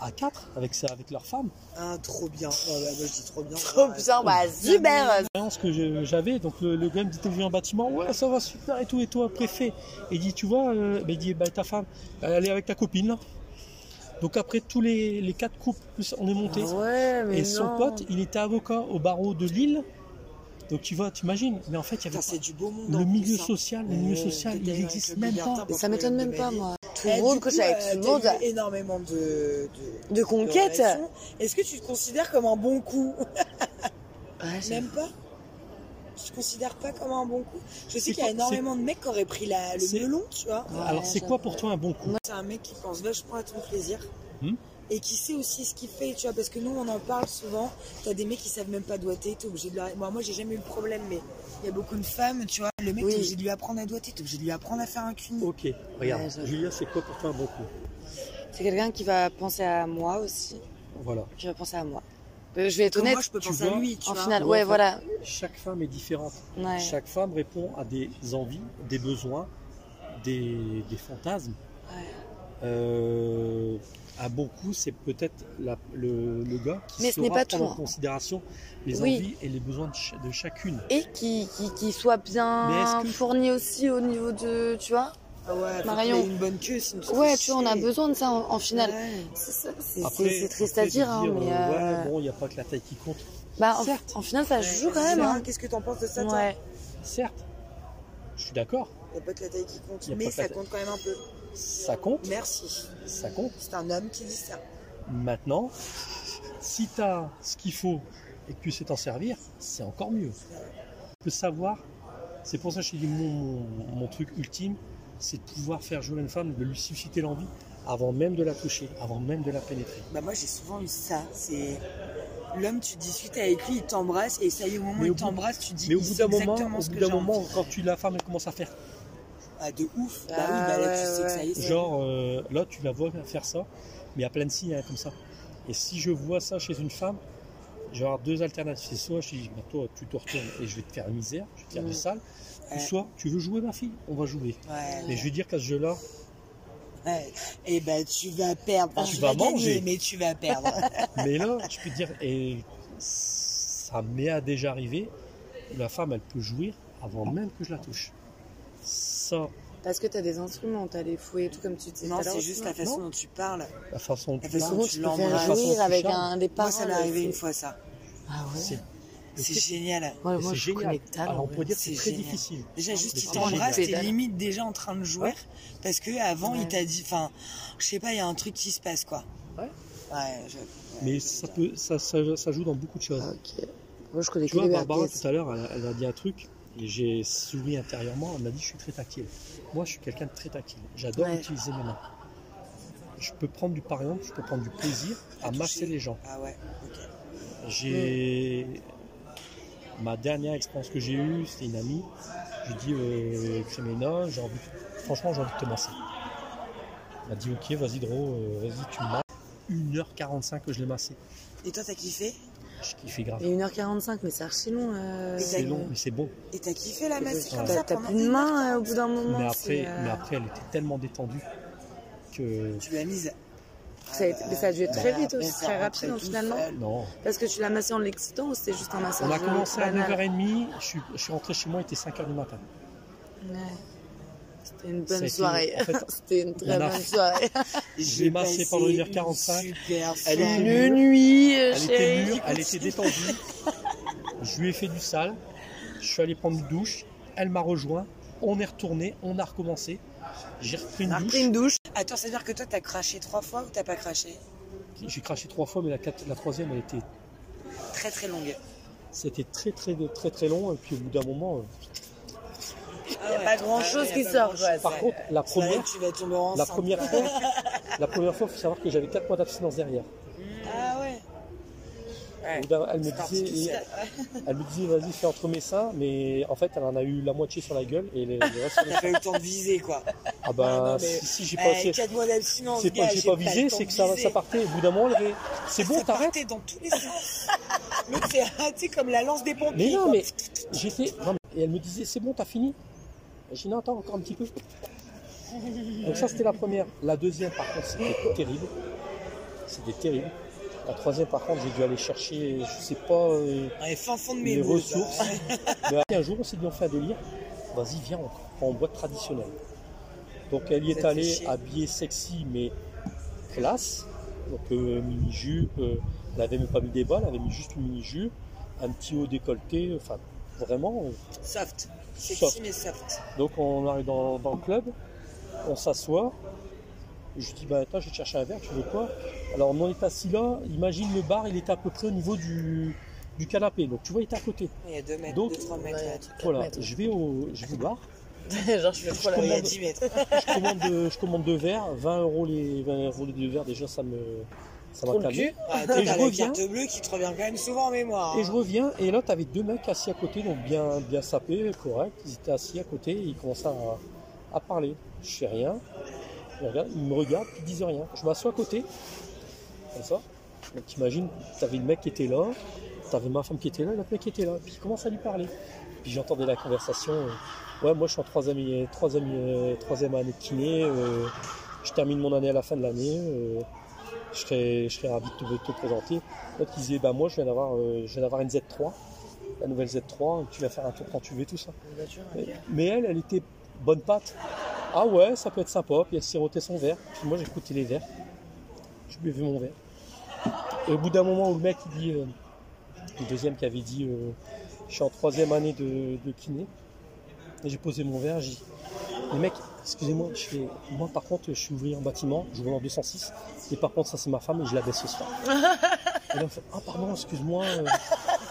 S2: À quatre, avec, sa- avec leur femme.
S3: Ah, trop bien. Ouais, ouais, moi, je dis trop bien.
S5: Trop
S3: Ouais.
S5: bien, bah
S3: ben,
S5: super
S2: L'expérience que je- j'avais, donc le, le gars me dit T'as vu un bâtiment Ouais, ça va super et tout, et toi, préfet. Et il dit Tu vois, euh, bah, il dit bah, Ta femme, elle est avec ta copine là. Donc après, tous les, les quatre couples, plus on est monté.
S5: Ah
S3: Ah
S5: Ouais,
S2: Et son pote, il était avocat au barreau de Lille. Donc tu vois, t'imagines, mais en fait, il y avait
S3: Putain,
S2: pas-
S3: c'est du beau monde.
S2: le
S3: en
S2: milieu
S3: plus, hein.
S2: social, le
S3: Ouais,
S2: milieu
S3: ouais,
S2: social,
S3: t'es
S2: il
S3: avec
S2: n'existe
S3: le
S2: même
S3: libertin,
S2: pas.
S3: bah,
S5: Ça m'étonne
S3: problème
S5: même
S3: de
S5: pas,
S3: ma vie.
S5: moi.
S3: Eh, du
S5: Trop de
S3: coup,
S5: coucher avec
S3: euh,
S5: tout le
S3: t'as
S5: monde.
S3: eu énormément de, de,
S5: De conquêtes.
S3: relations. Est-ce que tu te considères comme un bon coup
S5: Ah,
S3: Même pas Tu te considères pas comme un bon coup Je sais
S2: C'est
S3: qu'il y a
S2: quoi-
S3: énormément de mecs qui auraient pris la, le
S2: C'est-
S3: melon, tu vois.
S2: Alors c'est quoi pour toi un bon coup
S3: Moi, c'est un mec qui pense vachement à ton plaisir.
S2: Hmm.
S3: Et qui sait aussi ce qu'il fait, tu vois, parce que nous on en parle souvent. T'as des mecs qui savent même pas doigter, t'es obligé de leur. Moi, moi j'ai jamais eu le problème, mais il y a beaucoup de femmes, tu vois. Le mec,
S5: Oui. Oh.
S3: t'es obligé de lui apprendre à doigter, t'es obligé de lui apprendre à faire un cul.
S2: Ok, regarde,
S5: Ouais, j'avoue.
S2: Julia, c'est quoi pour toi un bon coup
S5: C'est quelqu'un qui va penser à moi aussi.
S2: Voilà.
S5: Qui va penser à moi. Euh, Je vais être
S3: Comme
S5: honnête,
S3: moi, je peux
S2: tu
S3: penser à
S2: vois,
S3: lui, tu
S5: en
S3: vois.
S5: finale.
S2: Ouais, en
S5: Ouais,
S2: fait.
S5: voilà.
S2: Chaque femme est différente.
S5: Ouais.
S2: Chaque femme répond à des envies, des besoins, des, des fantasmes.
S5: Ouais.
S2: Euh, un bon coup, c'est peut-être la- le, le gars qui
S5: Mais ce
S2: saura
S5: n'est pas
S2: prendre
S5: tout,
S2: en
S5: hein.
S2: considération les
S5: Oui.
S2: envies et les besoins de, ch- de chacune.
S5: Et qui, qui, qui soit
S2: Mais est-ce
S5: bien
S2: que-
S5: fourni aussi au niveau de. Tu vois
S3: Ah ouais, faut qu'il
S5: Marion.
S3: ait une bonne queue, sinon tu te
S5: Ouais,
S3: fais
S5: tu vois, on a
S3: chier.
S5: besoin de ça en, en finale.
S3: Ouais.
S5: C'est- C'est
S2: Après-
S5: c'est- c'est triste
S2: après
S5: à
S2: de
S5: dire, hein, mais.
S2: euh,
S5: euh,
S2: ouais, bon, il n'y a pas que la taille qui compte.
S5: bah, en,
S2: certes.
S5: en finale, ça
S3: Ouais,
S5: se joue quand
S3: c'est
S5: même.
S3: ça,
S5: Hein.
S3: Qu'est-ce que t'en penses de ça, toi
S5: Ouais.
S2: Certes, je suis d'accord,
S3: Il n'y a pas que la taille qui compte,
S2: Y a pas
S3: mais
S2: que la
S3: ça
S2: taille.
S3: compte quand même un peu.
S2: ça compte,
S3: Merci.
S2: ça compte.
S3: C'est un homme qui dit ça.
S2: Maintenant, si tu as ce qu'il faut et que tu sais t'en servir, c'est encore mieux. Le savoir, c'est pour ça que je te dis mon, mon- mon truc ultime, c'est de pouvoir faire jouer une femme, de lui susciter l'envie avant même de la toucher, avant même de la pénétrer.
S3: Bah moi j'ai souvent eu ça. C'est l'homme, tu discutes avec lui, il t'embrasse et ça y est au moment où
S2: Mais au
S3: il
S2: bout-
S3: t'embrasse, tu dis
S2: Mais au
S3: il
S2: bout
S3: sait
S2: d'un moment,
S3: exactement
S2: au
S3: ce
S2: bout
S3: que
S2: d'un
S3: j'ai
S2: moment,
S3: envie.
S2: quand tu la femme elle commence à faire,
S3: Ah de ouf. Bah oui,
S5: Ah,
S3: bah là tu
S5: ouais,
S3: sais que ça y est. c'est-
S2: genre euh, là tu la vois faire ça, mais à plein de signes hein, comme ça. Et si je vois ça chez une femme, genre deux alternatives, c'est soit je dis bah, toi tu te retournes et je vais te faire une misère, je vais te faire du
S5: Mm.
S2: sale, ou
S3: Ouais.
S2: soit tu veux jouer ma fille, on va jouer.
S3: Ouais,
S2: Mais je veux dire qu'à ce jeu-là,
S3: ouais. Et bah tu vas perdre. Enfin,
S2: Tu
S3: tu
S2: vas
S3: vas gagner,
S2: manger.
S3: mais tu
S2: (laughs)
S3: vas perdre.
S2: mais là, je peux te dire, et ça m'est à déjà arrivé, la femme, elle peut jouir avant même que je la touche. Ça,
S5: Parce que t'as des instruments, t'as les fouets et tout, comme tu disais.
S3: non,
S5: tout à l'heure
S3: c'est juste
S5: aussi.
S3: la façon
S2: hein. Non.
S3: dont tu parles.
S2: la façon dont
S3: La
S2: tu
S3: façon
S2: parles,
S3: dont
S5: Souvent, tu
S3: tu
S5: peux faire
S3: l'embrasses.
S2: La façon dont
S5: jouir
S2: tu
S5: avec
S2: charmes.
S5: un, des
S3: Moi
S5: paroles.
S3: ça m'est arrivé
S5: c'est-
S3: une fois ça.
S5: Ah ouais.
S2: c'est
S3: C'est
S2: c'est-
S3: génial.
S5: Ouais,
S2: c'est
S5: moi, je
S2: génial.
S5: connais talent.
S2: Alors on pourrait dire que c'est
S3: C'est
S2: très
S3: génial.
S2: difficile.
S3: Déjà juste
S2: Mais
S3: il
S2: c'est
S3: t'embrasse,
S5: génial.
S3: t'es limite déjà en train de jouer
S2: Ouais.
S3: parce que avant
S5: Ouais.
S3: il t'a dit, enfin, je sais pas, il y a un truc qui se passe quoi.
S2: Ouais.
S3: Ouais. je- ouais,
S2: Mais
S3: je-
S2: ça, peut, ça, ça, ça joue dans beaucoup de
S3: Ah
S2: choses.
S5: Ok. Moi, je connais
S2: Tu
S5: que
S2: vois,
S5: les
S2: Barbara,
S5: Berkes.
S2: tout à l'heure, elle, elle a dit un truc, et j'ai souri intérieurement, elle m'a dit, je suis très tactile. Moi, je suis quelqu'un de très tactile. J'adore
S5: Ouais.
S2: utiliser mes mains. Je peux prendre du par exemple, je peux prendre du plaisir à
S3: toucher.
S2: masser les gens.
S3: Ah ouais. Ok.
S2: J'ai. Ma dernière expérience que j'ai eue, c'était une amie. Je lui dis, euh, Crémena, j'ai envie. Franchement, j'ai envie de te masser. Elle m'a dit, ok, vas-y, Dro, euh, vas-y, tu me masses. 1h45 que je l'ai massé.
S3: Et toi, t'as kiffé
S2: Je kiffais grave.
S5: Mais 1h45, mais c'est archi long. euh,
S2: C'est long, mais c'est bon.
S3: Et t'as kiffé la masse comme
S2: Ouais.
S5: T'as
S3: ça
S5: t'as
S3: pendant
S5: plus de
S3: une heure
S5: main euh, au bout d'un moment.
S2: Mais
S5: c'est,
S2: après,
S5: euh,
S2: mais après, elle était tellement détendue que.
S3: Tu l'as mise. Ah bah,
S5: Ça a été- mais ça a dû être très vite
S3: mais
S5: aussi,
S3: ça
S5: très
S3: rentrait
S5: rapide, hein,
S3: tout
S5: finalement.
S3: seul.
S2: Non.
S5: Parce que tu l'as massé en l'excitant ou c'était juste un massage euh,
S2: On a commencé à
S5: banal
S2: 9h30, je suis, je suis rentré chez moi, il était 5h du matin.
S5: Ouais. C'était une
S2: Ça a
S5: bonne
S2: été-
S5: soirée.
S2: en fait,
S5: (laughs) C'était une
S2: y en
S5: très
S2: a-
S5: bonne soirée.
S2: Je l'ai massé pendant 1h45.
S3: Super
S2: Elle
S3: soirée.
S2: était
S5: Une
S2: mûre.
S5: nuit, euh,
S2: Elle était
S5: chérie.
S2: mûre, elle était détendue. Je lui ai fait du sale. Je suis allé prendre une douche. Elle m'a rejoint. On est retourné, on a recommencé. J'ai repris une
S3: On a
S2: douche.
S3: repris une douche. Attends, ça veut dire que toi, t'as craché trois fois ou t'as pas craché
S2: J'ai craché trois fois, mais la, quatre- la troisième, elle était,
S3: Très très longue.
S2: c'était très, très, très, très long. Et puis au bout d'un moment, euh,
S5: Ah
S3: Ah pas
S5: grand chose qui sort, ouais,
S2: par contre, la première,
S3: tu vas tomber enceinte.
S2: la première fois, la première fois, faut savoir que j'avais quatre mois d'abstinence derrière.
S3: Ah ouais. Ouais.
S2: Au bout d'un- Elle me
S3: C'est parti tout
S2: disait,
S3: seul.
S2: elle me disait, vas-y, fais entre mes seins, mais en fait, elle en a eu la moitié sur la gueule et le, le reste sur les
S3: T'as pas eu le temps de viser,
S5: (laughs)
S3: quoi.
S2: Ah ben,
S7: Non, mais-
S2: si, si j'ai pas,
S7: Eh,
S2: c'est
S7: Quatre mois d'abstinence,
S2: c'est pas
S7: gars,
S2: que j'ai pas
S7: le
S2: visé,
S7: temps
S2: c'est
S7: de
S2: que ça,
S7: viser.
S2: ça partait. Au bout d'un moment, elle avait- c'est bon,
S7: Ça
S2: t'arrêtes.
S7: partait dans tous les sens. Mais
S3: (laughs)
S7: c'est ah, tu sais, comme la lance des pompiers.
S2: Mais non,
S7: quoi.
S2: mais j'étais. non, mais- Et elle me disait, c'est bon, t'as fini J'ai dit, non, attends, encore un petit peu. Donc, ça, c'était la première. La deuxième, par contre, c'était terrible. C'était terrible. La troisième, par contre, j'ai dû aller chercher, je sais pas, euh,
S7: Ouais, fin fond de mes
S2: les
S7: mots,
S2: ressources.
S3: (laughs)
S7: ça.
S2: Mais un jour, on s'est dit, on fait un délire. Vas-y, viens, on prend en boîte traditionnelle. Donc, elle y
S7: Ça
S2: est
S7: fait
S2: allée
S7: chier.
S2: habillée sexy, mais classe. Donc, euh, mini-jupe. euh, elle avait même pas mis des balles, elle avait mis juste une mini-jupe, un petit haut décolleté. Enfin, vraiment, euh,
S7: Soft.
S2: soft.
S7: Sexy mais soft.
S2: Donc, on arrive dans, dans le club, on s'assoit. Je lui dis, bah attends, je vais te chercher un verre, tu veux quoi Alors, nous, on est assis là. Imagine le bar, il était à peu près au niveau du, du canapé. Donc, tu vois, il était à côté.
S7: Il y a 2 mètres,
S2: Donc,
S7: 2-3 mètres. là, tu-
S2: Voilà,
S5: mètres.
S2: je vais au, je vais au bar,
S5: (laughs) Genre, je suis le pro
S7: Il y a
S5: la
S7: 10 mètres.
S2: je commande, deux- je commande deux verres, 20 euros les, 20 euros les deux verres, déjà ça me, ça m'a
S5: Pour le
S2: calmé.
S7: Ah, toi,
S2: Et je
S7: T'as la
S2: reviens.
S7: carte bleue qui te revient quand même souvent en mémoire.
S2: Et
S7: hein.
S2: je reviens, et là t'avais deux mecs assis à côté, donc bien, bien sapés, correct, ils étaient assis à côté, et ils commençaient à, à parler. Je fais rien, ils, regardent- ils me regardent, puis ils disent rien. Je m'assois à côté, comme ça. Donc t'imagines, t'avais le mec qui était là, t'avais ma femme qui était là, et l'autre mec qui était là, puis ils commencent à lui parler. Puis j'entendais la conversation. euh, ouais, moi je suis en troisième, euh, troisième, euh, troisième année de kiné. euh, je termine mon année à la fin de l'année. euh, je, serais, je serais ravi de te, de te présenter. L'autre qui disait, bah moi je viens d'avoir, euh, je viens d'avoir une Z3, la nouvelle Z3. Tu vas faire un tour quand tu veux, tout ça. Mais, mais elle, elle était bonne patte. Ah ouais, ça peut être sympa. Puis elle sirotait son verre. Puis moi j'écoutais les verres. Je buvais mon verre. Et au bout d'un moment où le mec il dit, euh, le deuxième qui avait dit, euh, je suis en troisième année de, de kiné. Et j'ai posé mon verre, j'ai dit, les mecs, excusez-moi, je fais, moi par contre, je suis ouvrier en bâtiment, je vois en 206, et par contre, ça c'est ma femme et je la baisse ce
S5: (laughs)
S2: soir. et là, on fait, ah pardon, excuse-moi, il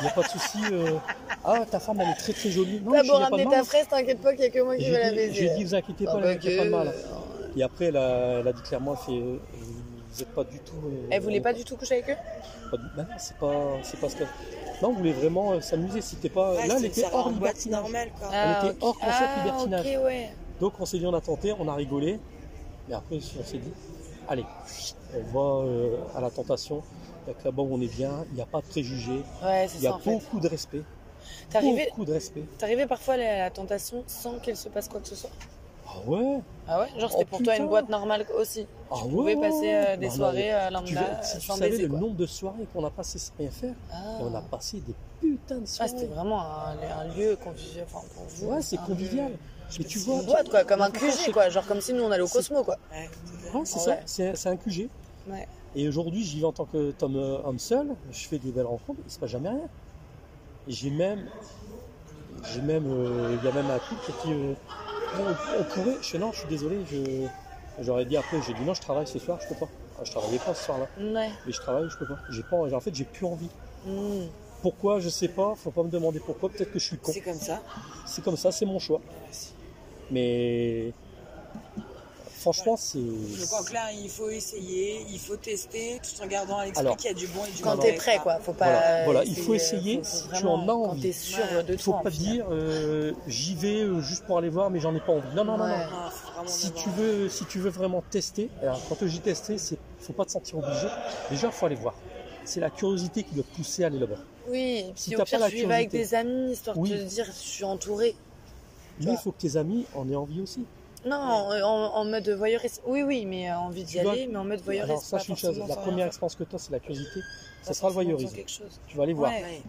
S2: n'y a pas de souci, euh, ah ta femme elle est très très jolie. Non,
S5: T'as
S2: je dis,
S5: beau
S2: y a pas de
S5: ramener
S2: mal.
S5: ta fraise, t'inquiète pas hein, qu'il y a que moi
S2: Et
S5: qui
S2: j'ai
S5: vais la
S2: dit-
S5: baiser.
S2: J'ai dit, vous inquiétez
S5: Ah
S2: pas, il n'y
S5: bah
S2: a pas de
S5: que-
S2: mal. Et après, elle a, elle a dit clairement, elle fait, euh, vous n'êtes pas du tout. euh,
S5: Elle voulait pas du tout coucher avec eux
S2: pas du- Bah non, c'est pas, c'est pas ce qu'elle. Non, on voulait vraiment euh, s'amuser, c'était pas.
S7: Ouais,
S2: là, elle
S7: c'était-
S2: était
S7: ça va
S2: hors
S7: en boîte
S2: libertinage.
S7: normale, quoi.
S5: Ah,
S2: était
S5: ok.
S2: hors concept
S5: Ah,
S2: libertinage.
S5: Ok, ouais.
S2: Donc on s'est dit, on a tenté, on a rigolé. Mais après, on s'est dit, allez, on va euh, à la tentation. Il y a que Là-bas où on est bien, il n'y a pas de préjugés,
S5: Ouais, c'est
S2: il y
S5: ça
S2: a
S5: en fait.
S2: beaucoup de respect.
S5: T'arrivais
S2: Beaucoup de respect.
S5: t'arrivais parfois à la tentation sans qu'il se passe quoi que ce soit
S2: Ah ouais
S5: Ah ouais Genre, c'était
S2: Oh,
S5: pour toi
S2: putain.
S5: une boîte normale aussi. Tu
S2: Ah ouais
S5: pouvais passer euh, des
S2: Bah, on a-
S5: soirées euh,
S2: tu
S5: lambda
S2: veux-
S5: euh,
S2: si tu
S5: sans
S2: savais
S5: baiser
S2: le
S5: quoi.
S2: nombre de soirées qu'on a passé sans rien faire,
S5: Ah.
S2: et on a passé des putains de
S5: Ah,
S2: soirées.
S5: c'était vraiment un, un lieu convivial. Enfin, pour vous.
S2: ouais, c'est
S5: un
S2: convivial.
S5: lieu-
S2: Mais tu
S5: C'est
S2: vois, hein,
S5: une boîte quoi, comme un
S2: Franchement, c'est-
S5: QG quoi. Genre comme si nous on allait au
S2: C'est-
S5: Cosmo quoi.
S7: Ouais, c'est vrai.
S2: Ouais, c'est
S5: Ouais.
S2: ça, c'est c'est un QG.
S5: Ouais.
S2: Et aujourd'hui, j'y vais en tant que homme, euh, homme seul, je fais des belles rencontres, il se passe jamais rien. Et j'ai même. J'ai même. euh, Il y a même un couple qui. euh, on, on pourrait. Je fais non, je suis désolé, je. J'aurais dit après, j'ai dit non, je travaille ce soir, je peux pas. Ah, je travaillais pas ce soir-là,
S5: Ouais.
S2: mais je travaille, je peux pas. J'ai pas. En fait, j'ai plus envie.
S5: Mm.
S2: Pourquoi Je sais pas. Faut pas me demander pourquoi. Peut-être que je suis con.
S7: C'est comme ça.
S2: C'est comme ça, c'est mon choix. Mais franchement, c'est.
S7: Donc en clair, il faut essayer, il faut tester, tout en gardant à l'esprit
S2: Alors,
S7: qu'il y a du bon et du
S5: Quand
S7: mauvais.
S5: t'es prêt quoi, faut pas.
S2: Voilà,
S5: euh,
S2: voilà, il faut essayer
S5: faut
S2: si tu en as
S5: vraiment-
S2: envie.
S5: Quand t'es sûr
S7: Ouais,
S5: de
S2: Il faut
S5: toi. en
S2: pas
S5: final.
S2: dire euh, j'y vais euh, juste pour aller voir, mais j'en ai pas envie. Non, non, non, non.
S5: Ouais.
S7: Ah, faut vraiment
S2: Si
S7: avoir-
S2: tu veux, si tu veux vraiment tester, alors quand j'ai testé, c'est faut pas te sentir obligé. Déjà, faut aller voir. C'est la curiosité qui doit te pousser à aller là-bas.
S5: Oui, et puis
S2: Si t'as
S5: au
S2: pas
S5: pire,
S2: la
S5: tu y vas avec
S2: curiosité.
S5: des amis, histoire
S2: Oui.
S5: de te dire, je suis entouré.
S2: Mais il faut que tes amis en aient envie aussi.
S5: Non, en, en- en mode voyeuriste. Oui, oui, mais euh, envie d'y
S2: Tu dois-
S5: aller, mais en mode voyeuriste.
S2: Alors
S5: pas
S2: sache une chose,
S5: forcément
S2: la
S5: sans
S2: première
S5: rien faire.
S2: expérience que tu as, c'est la curiosité. Ça
S5: Pas
S2: sera le
S5: forcément sans
S2: voyeurisme.
S5: quelque chose.
S2: Tu vas aller voir.
S7: Ouais.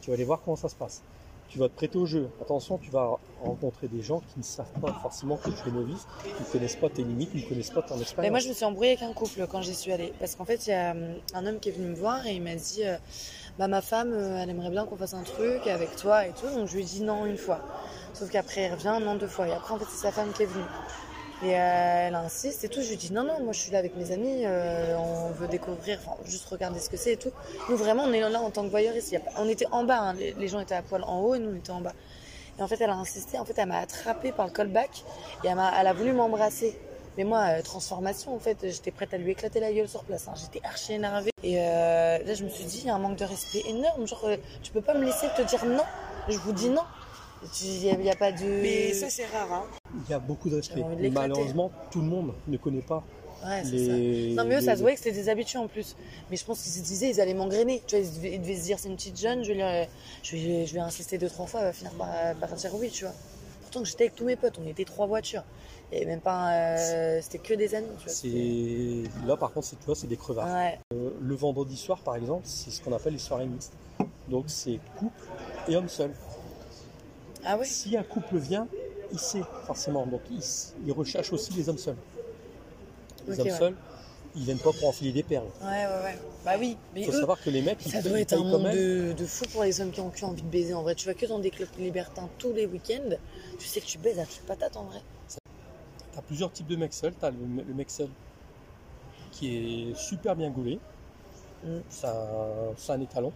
S2: Tu vas aller voir comment ça se passe. Tu vas te prêter au jeu. Attention, tu vas rencontrer des gens qui ne savent pas forcément que tu es novice, qui ne connaissent pas tes limites, qui ne connaissent pas ton expérience.
S5: Mais moi, je me suis embrouillée avec un couple quand j'y suis allée. Parce qu'en fait, il y a hum, un homme qui est venu me voir et il m'a dit euh, Bah, ma femme, euh, elle aimerait bien qu'on fasse un truc avec toi et tout. Donc, je lui ai dit non une fois. Sauf qu'après, il revient, non deux fois. Et après, en fait, c'est sa femme qui est venue. Et euh, elle insiste et tout. Je lui dis non, non, moi je suis là avec mes amis, euh, on veut découvrir, enfin, juste regarder ce que c'est et tout. Nous vraiment, on est là en tant que voyeuristes. Il y a pas- On était en bas, hein, les, les gens étaient à poil en haut et nous on était en bas. Et en fait, elle a insisté, en fait, elle m'a attrapée par le callback et elle, m'a- elle a voulu m'embrasser. Mais moi, euh, transformation, en fait, j'étais prête à lui éclater la gueule sur place. hein. J'étais archi énervée. Et euh, là, je me suis dit, il y a un manque de respect énorme. Genre, euh, tu peux pas me laisser te dire non. Je vous dis non. Il n'y a, y a pas de.
S7: Mais ça, c'est rare, hein.
S2: Il y a beaucoup de respect.
S5: J'avais envie de
S2: Mais
S5: l'éclater.
S2: Malheureusement, tout le monde ne connaît pas
S5: Ouais, c'est ça.
S2: les.
S5: Non, mais eux, ça
S2: les-
S5: se voyait que c'était des habitués en plus. Mais je pense qu'ils se disaient, ils allaient m'engrainer. Tu vois, ils devaient, ils devaient se dire, c'est une petite jeune, je vais, lui- je vais, je vais insister deux, trois fois, elle va finir par, par dire oui, tu vois. Pourtant, que j'étais avec tous mes potes, on était trois voitures. Et même pas. euh, c'était que des amis, tu vois.
S2: C'est là par contre, c'est tu vois, c'est des crevards.
S5: Ouais,
S2: Euh, le vendredi soir, par exemple, c'est ce qu'on appelle les soirées mixtes. Donc c'est couple et homme seul.
S5: Ah ouais
S2: Si un couple vient, il sait forcément. Donc il, s- il recherche aussi les hommes seuls. Les
S5: Ok,
S2: hommes
S5: ouais.
S2: seuls, ils viennent pas pour enfiler des perles.
S5: ouais, ouais, ouais. Bah oui,
S2: Il
S5: mais
S2: faut
S5: eux,
S2: savoir que les mecs, ils
S5: ça
S2: payent-
S5: doit
S2: ils
S5: être un
S2: payent quand
S5: monde
S2: même.
S5: de, de fou pour les hommes qui ont que envie de baiser en vrai. Tu vas que dans des clubs libertins tous les week-ends, tu sais que tu baises à toute patate en vrai.
S2: T'as plusieurs types de mecs seuls. T'as le, le mec seul qui est super bien gaulé.
S5: Mm.
S2: C'est un, c'est un étalon.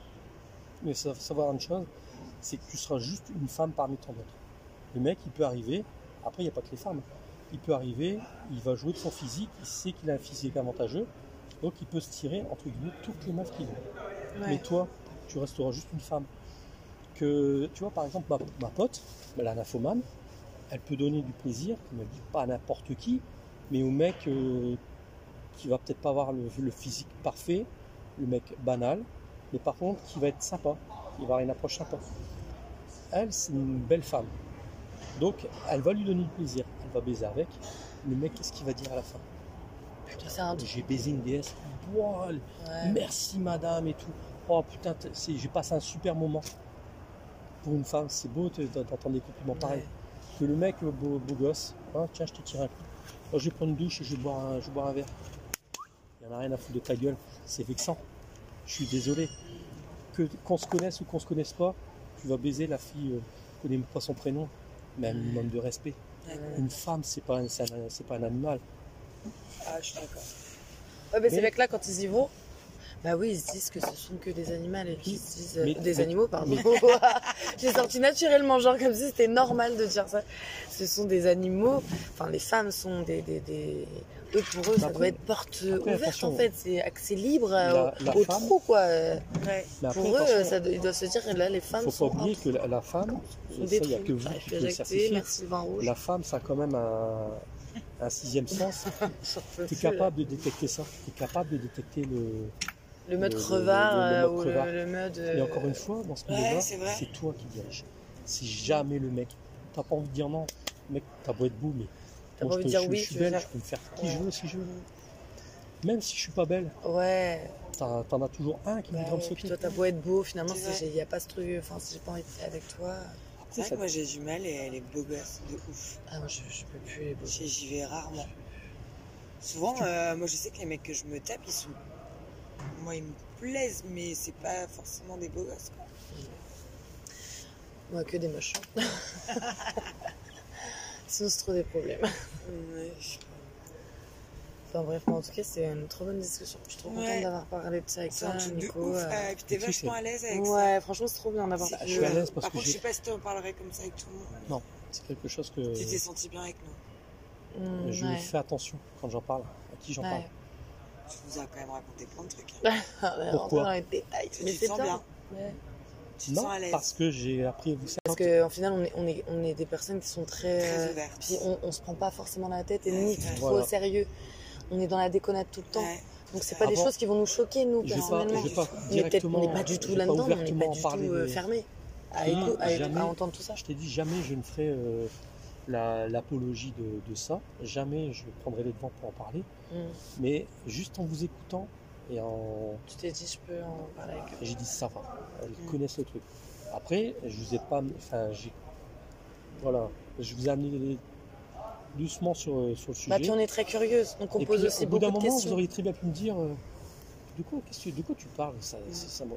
S2: Mais ça faut savoir une chose, c'est que tu seras juste une femme parmi tant d'autres. Le mec, il peut arriver, après il n'y a pas que les femmes, il peut arriver, il va jouer de son physique, il sait qu'il a un physique avantageux, donc il peut se tirer, entre guillemets, toutes les meufs qu'il veut. Mais toi, tu resteras juste une femme. Que, tu vois, par exemple, ma, ma pote, elle a nymphomane, elle peut donner du plaisir, comme elle dit, pas à n'importe qui, mais au mec euh, qui va peut-être pas avoir le, le physique parfait, le mec banal, mais par contre qui va être sympa, qui va avoir une approche sympa. Elle, c'est une belle femme. Donc, elle va lui donner du plaisir, elle va baiser avec. Le mec, qu'est-ce qu'il va dire à la fin
S5: Putain, c'est un truc.
S2: J'ai baisé une déesse. Wow,
S5: Ouais.
S2: merci madame et tout. Oh putain, t- c'est- j'ai passé un super moment. Pour une femme, c'est beau de- de- d'entendre des compliments pareils. Que le mec, le beau, beau gosse, hein, tiens, je te tire un coup. Oh, je vais prendre une douche et je vais boire un, je vais boire un verre. Il n'y en a rien à foutre de ta gueule, c'est vexant. Je suis désolé. Que, qu'on se connaisse ou qu'on se connaisse pas, tu vas baiser la fille, euh, je connais même pas son prénom, mais un minimum de respect. Une femme, c'est pas, un- c'est un- c'est pas un animal.
S5: Ah, je suis d'accord. Ouais, mais
S2: Mais-
S5: ces mecs-là, quand ils y vont, bah oui, ils se disent que ce sont que des animaux et qu'ils se disent. euh,
S2: Mais-
S5: des
S2: mais-
S5: animaux, pardon. (laughs) J'ai sorti naturellement, genre comme si c'était normal de dire ça. Ce sont des animaux, enfin, les femmes sont des. des, des- Eux, pour eux, ça
S2: Bah, Après-
S5: doit être porte euh,
S2: après,
S5: ouverte
S2: attention.
S5: en fait, c'est accès libre euh,
S2: La- la
S5: au
S2: femme-
S5: trou quoi. Euh,
S2: Mais après,
S5: Pour eux,
S2: attention,
S5: ça doit- ils doivent se dire là, les femmes
S2: faut
S5: sont.
S2: pas oublier que la, la femme,
S5: sont
S2: et ça, il n'y a
S5: détruites.
S2: que vous
S5: J'arrive
S2: qui
S5: plus à
S2: pouvez le
S5: jacter,
S2: certifier.
S5: merci le vin rouge.
S2: La femme, ça a quand même un, un sixième
S5: (laughs)
S2: sens.
S5: J'en peux
S2: tu es
S5: plus, là.
S2: capable de détecter ça. Tu es capable de détecter le.
S5: Le mode
S2: le- le-
S5: crevard
S2: le- le
S5: euh,
S2: mode
S5: ou le,
S2: crevard.
S5: le mode.
S2: Et
S5: euh,
S2: encore une fois, dans ce
S7: Ouais,
S2: milieu-là,
S7: c'est vrai.
S2: c'est toi qui dirige. C'est jamais le mec. T'as pas envie de dire non. Mec, t'as beau être beau, mais.
S5: T'as
S2: moi,
S5: pas
S2: je peux-
S5: envie de dire
S2: je,
S5: oui,
S2: Je suis
S5: tu veux
S2: belle,
S5: faire-
S2: je peux me faire qui je veux si je veux. Même si je suis pas belle,
S5: Ouais.
S2: t'as- t'en as toujours un qui
S5: Bah
S2: voudra me
S5: ouais, puis
S2: sauter.
S5: toi, t'as beau être beau, finalement,
S7: C'est vrai.
S5: il n'y a pas ce truc. Enfin, si j'ai pas envie d'être avec toi.
S7: C'est
S2: Après,
S7: vrai
S2: ça-
S7: que moi, j'ai du mal et les beaux gosses, de ouf.
S5: Ah, moi, je, je peux plus les beaux.
S7: J'y j'y vais rarement. Souvent, euh, moi, je sais que les mecs que je me tape, ils sont. Moi, ils me plaisent, mais c'est pas forcément des beaux gosses. quoi.
S5: Moi, que des moches. hein.
S7: (laughs)
S5: Sinon, c'est trop des problèmes.
S7: Ouais, je sais pas.
S5: Enfin, bref, mais en tout cas, c'est une trop bonne discussion. Je suis trop
S7: Ouais.
S5: contente d'avoir parlé de ça avec
S7: C'est
S5: toi,
S7: un truc de
S5: Nico.
S7: ouf.
S5: euh.
S7: euh, et puis t'es
S2: tu sais,
S7: vachement à l'aise avec ça.
S5: Ouais, franchement, c'est trop bien d'avoir.
S7: C'est
S2: je suis à l'aise parce
S7: Par
S2: que
S7: contre, je
S2: j'ai-
S7: sais pas si t'en parlerais comme ça avec tout le monde.
S2: Non. c'est quelque chose que
S7: Tu t'es senti bien avec nous.
S5: Mmh,
S2: je
S5: ouais.
S2: fais attention quand j'en parle, à qui j'en parle.
S5: (laughs) Ouais.
S7: Tu nous as quand même raconté plein de trucs. hein.
S5: Ah, ouais,
S2: Pourquoi
S5: rentrer dans les détails.
S7: Tu
S5: Mais
S7: te
S5: c'est
S7: sens
S5: bien.
S7: bien.
S5: Ouais.
S7: Tu te
S2: Non,
S7: sens à l'aise.
S2: parce que j'ai appris à vous
S5: Parce qu'en final, on est, on, est, on est des personnes qui sont très.
S7: Très
S5: euh,
S7: ouverte.
S5: Puis on, on se prend pas forcément la tête et
S7: Ouais,
S5: ni
S7: c'est vrai.
S5: trop au
S2: Voilà.
S5: sérieux. On est dans la déconnade tout le temps.
S7: Ouais.
S5: Donc c'est pas des
S2: Avant-
S5: choses qui vont nous choquer nous
S2: Ah Je vais pas,
S5: personnellement.
S2: je vais pas
S5: On est peut-être-
S2: directement.
S5: on n'est pas du
S2: je
S5: tout
S2: vais pas
S5: là-dedans, on n'est
S2: ouvertement
S5: pas
S2: en
S5: du tout
S2: parler,
S5: euh,
S2: mais
S5: fermé à,
S2: Moi,
S5: éco- à-
S2: jamais-
S5: à entendre tout ça.
S2: Je t'ai dit, jamais je ne ferai euh, la- l'apologie de, de ça. Jamais je prendrai les devants pour en parler.
S5: Mm.
S2: Mais juste en vous écoutant et en.
S5: Tu t'es dit je peux en parler avec eux.
S2: J'ai dit ça va. Ils
S7: Mm.
S2: connaissent le truc. Après, je vous ai pas. Enfin, j'ai. Voilà. Je vous ai amené les- doucement sur, euh, sur le sujet.
S5: Bah puis on est très curieuse, donc on
S2: Et
S5: pose
S2: puis,
S5: aussi
S2: au bout d'un
S5: beaucoup de
S2: moment, vous
S5: questions.
S2: auriez très bien pu me dire. euh, de quoi, qu'est-ce que- de quoi tu parles ça, ça, ça me-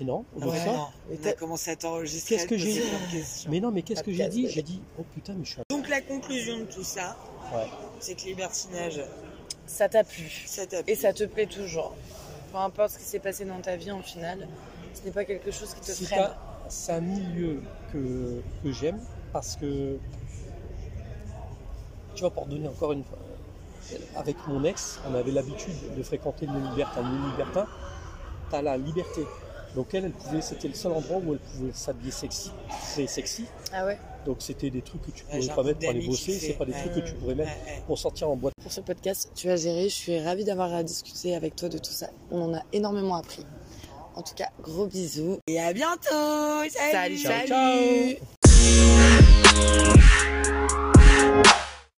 S2: Et non, au bout de
S7: Ouais,
S2: ça,
S7: non.
S5: Mais
S7: On a
S5: t'as-
S7: commencé à t'enregistrer.
S2: Qu'est-ce que
S7: à te poser
S2: j'ai-
S7: plein de questions.
S2: Mais non, mais qu'est-ce que j'ai
S5: Podcast,
S2: dit
S5: bébé.
S2: J'ai dit, oh putain, mais je suis un...
S7: Donc la conclusion de tout ça,
S2: Ouais.
S7: c'est que libertinage,
S5: Ça t'a plu
S7: ça t'a plu.
S5: et ça te plaît toujours. Peu importe ce qui s'est passé dans ta vie en final, ce n'est pas quelque chose qui te
S2: C'est
S5: freine.
S2: un, c'est un milieu que, que j'aime parce que... Tu vois, pour donner encore une fois, avec mon ex, on avait l'habitude de fréquenter le libertin. Le libertin, t'as la liberté. Donc elle, elle pouvait, c'était le seul endroit où elle pouvait s'habiller sexy, très sexy.
S5: Ah ouais
S2: Donc c'était des trucs que tu pouvais
S3: j'ai un
S2: pas mettre pour
S3: groupe
S2: aller
S3: d'amis qui
S2: bosser,
S3: fait-
S2: c'est pas des
S3: ouais.
S2: trucs que tu pourrais mettre
S3: Ouais, ouais.
S2: pour sortir en boîte.
S5: Pour ce podcast, tu as géré. Je suis ravie d'avoir à discuter avec toi de tout ça. On en a énormément appris. En tout cas, gros bisous.
S3: Et à bientôt Salut
S5: Salut,
S2: Ciao,
S5: salut.
S2: ciao.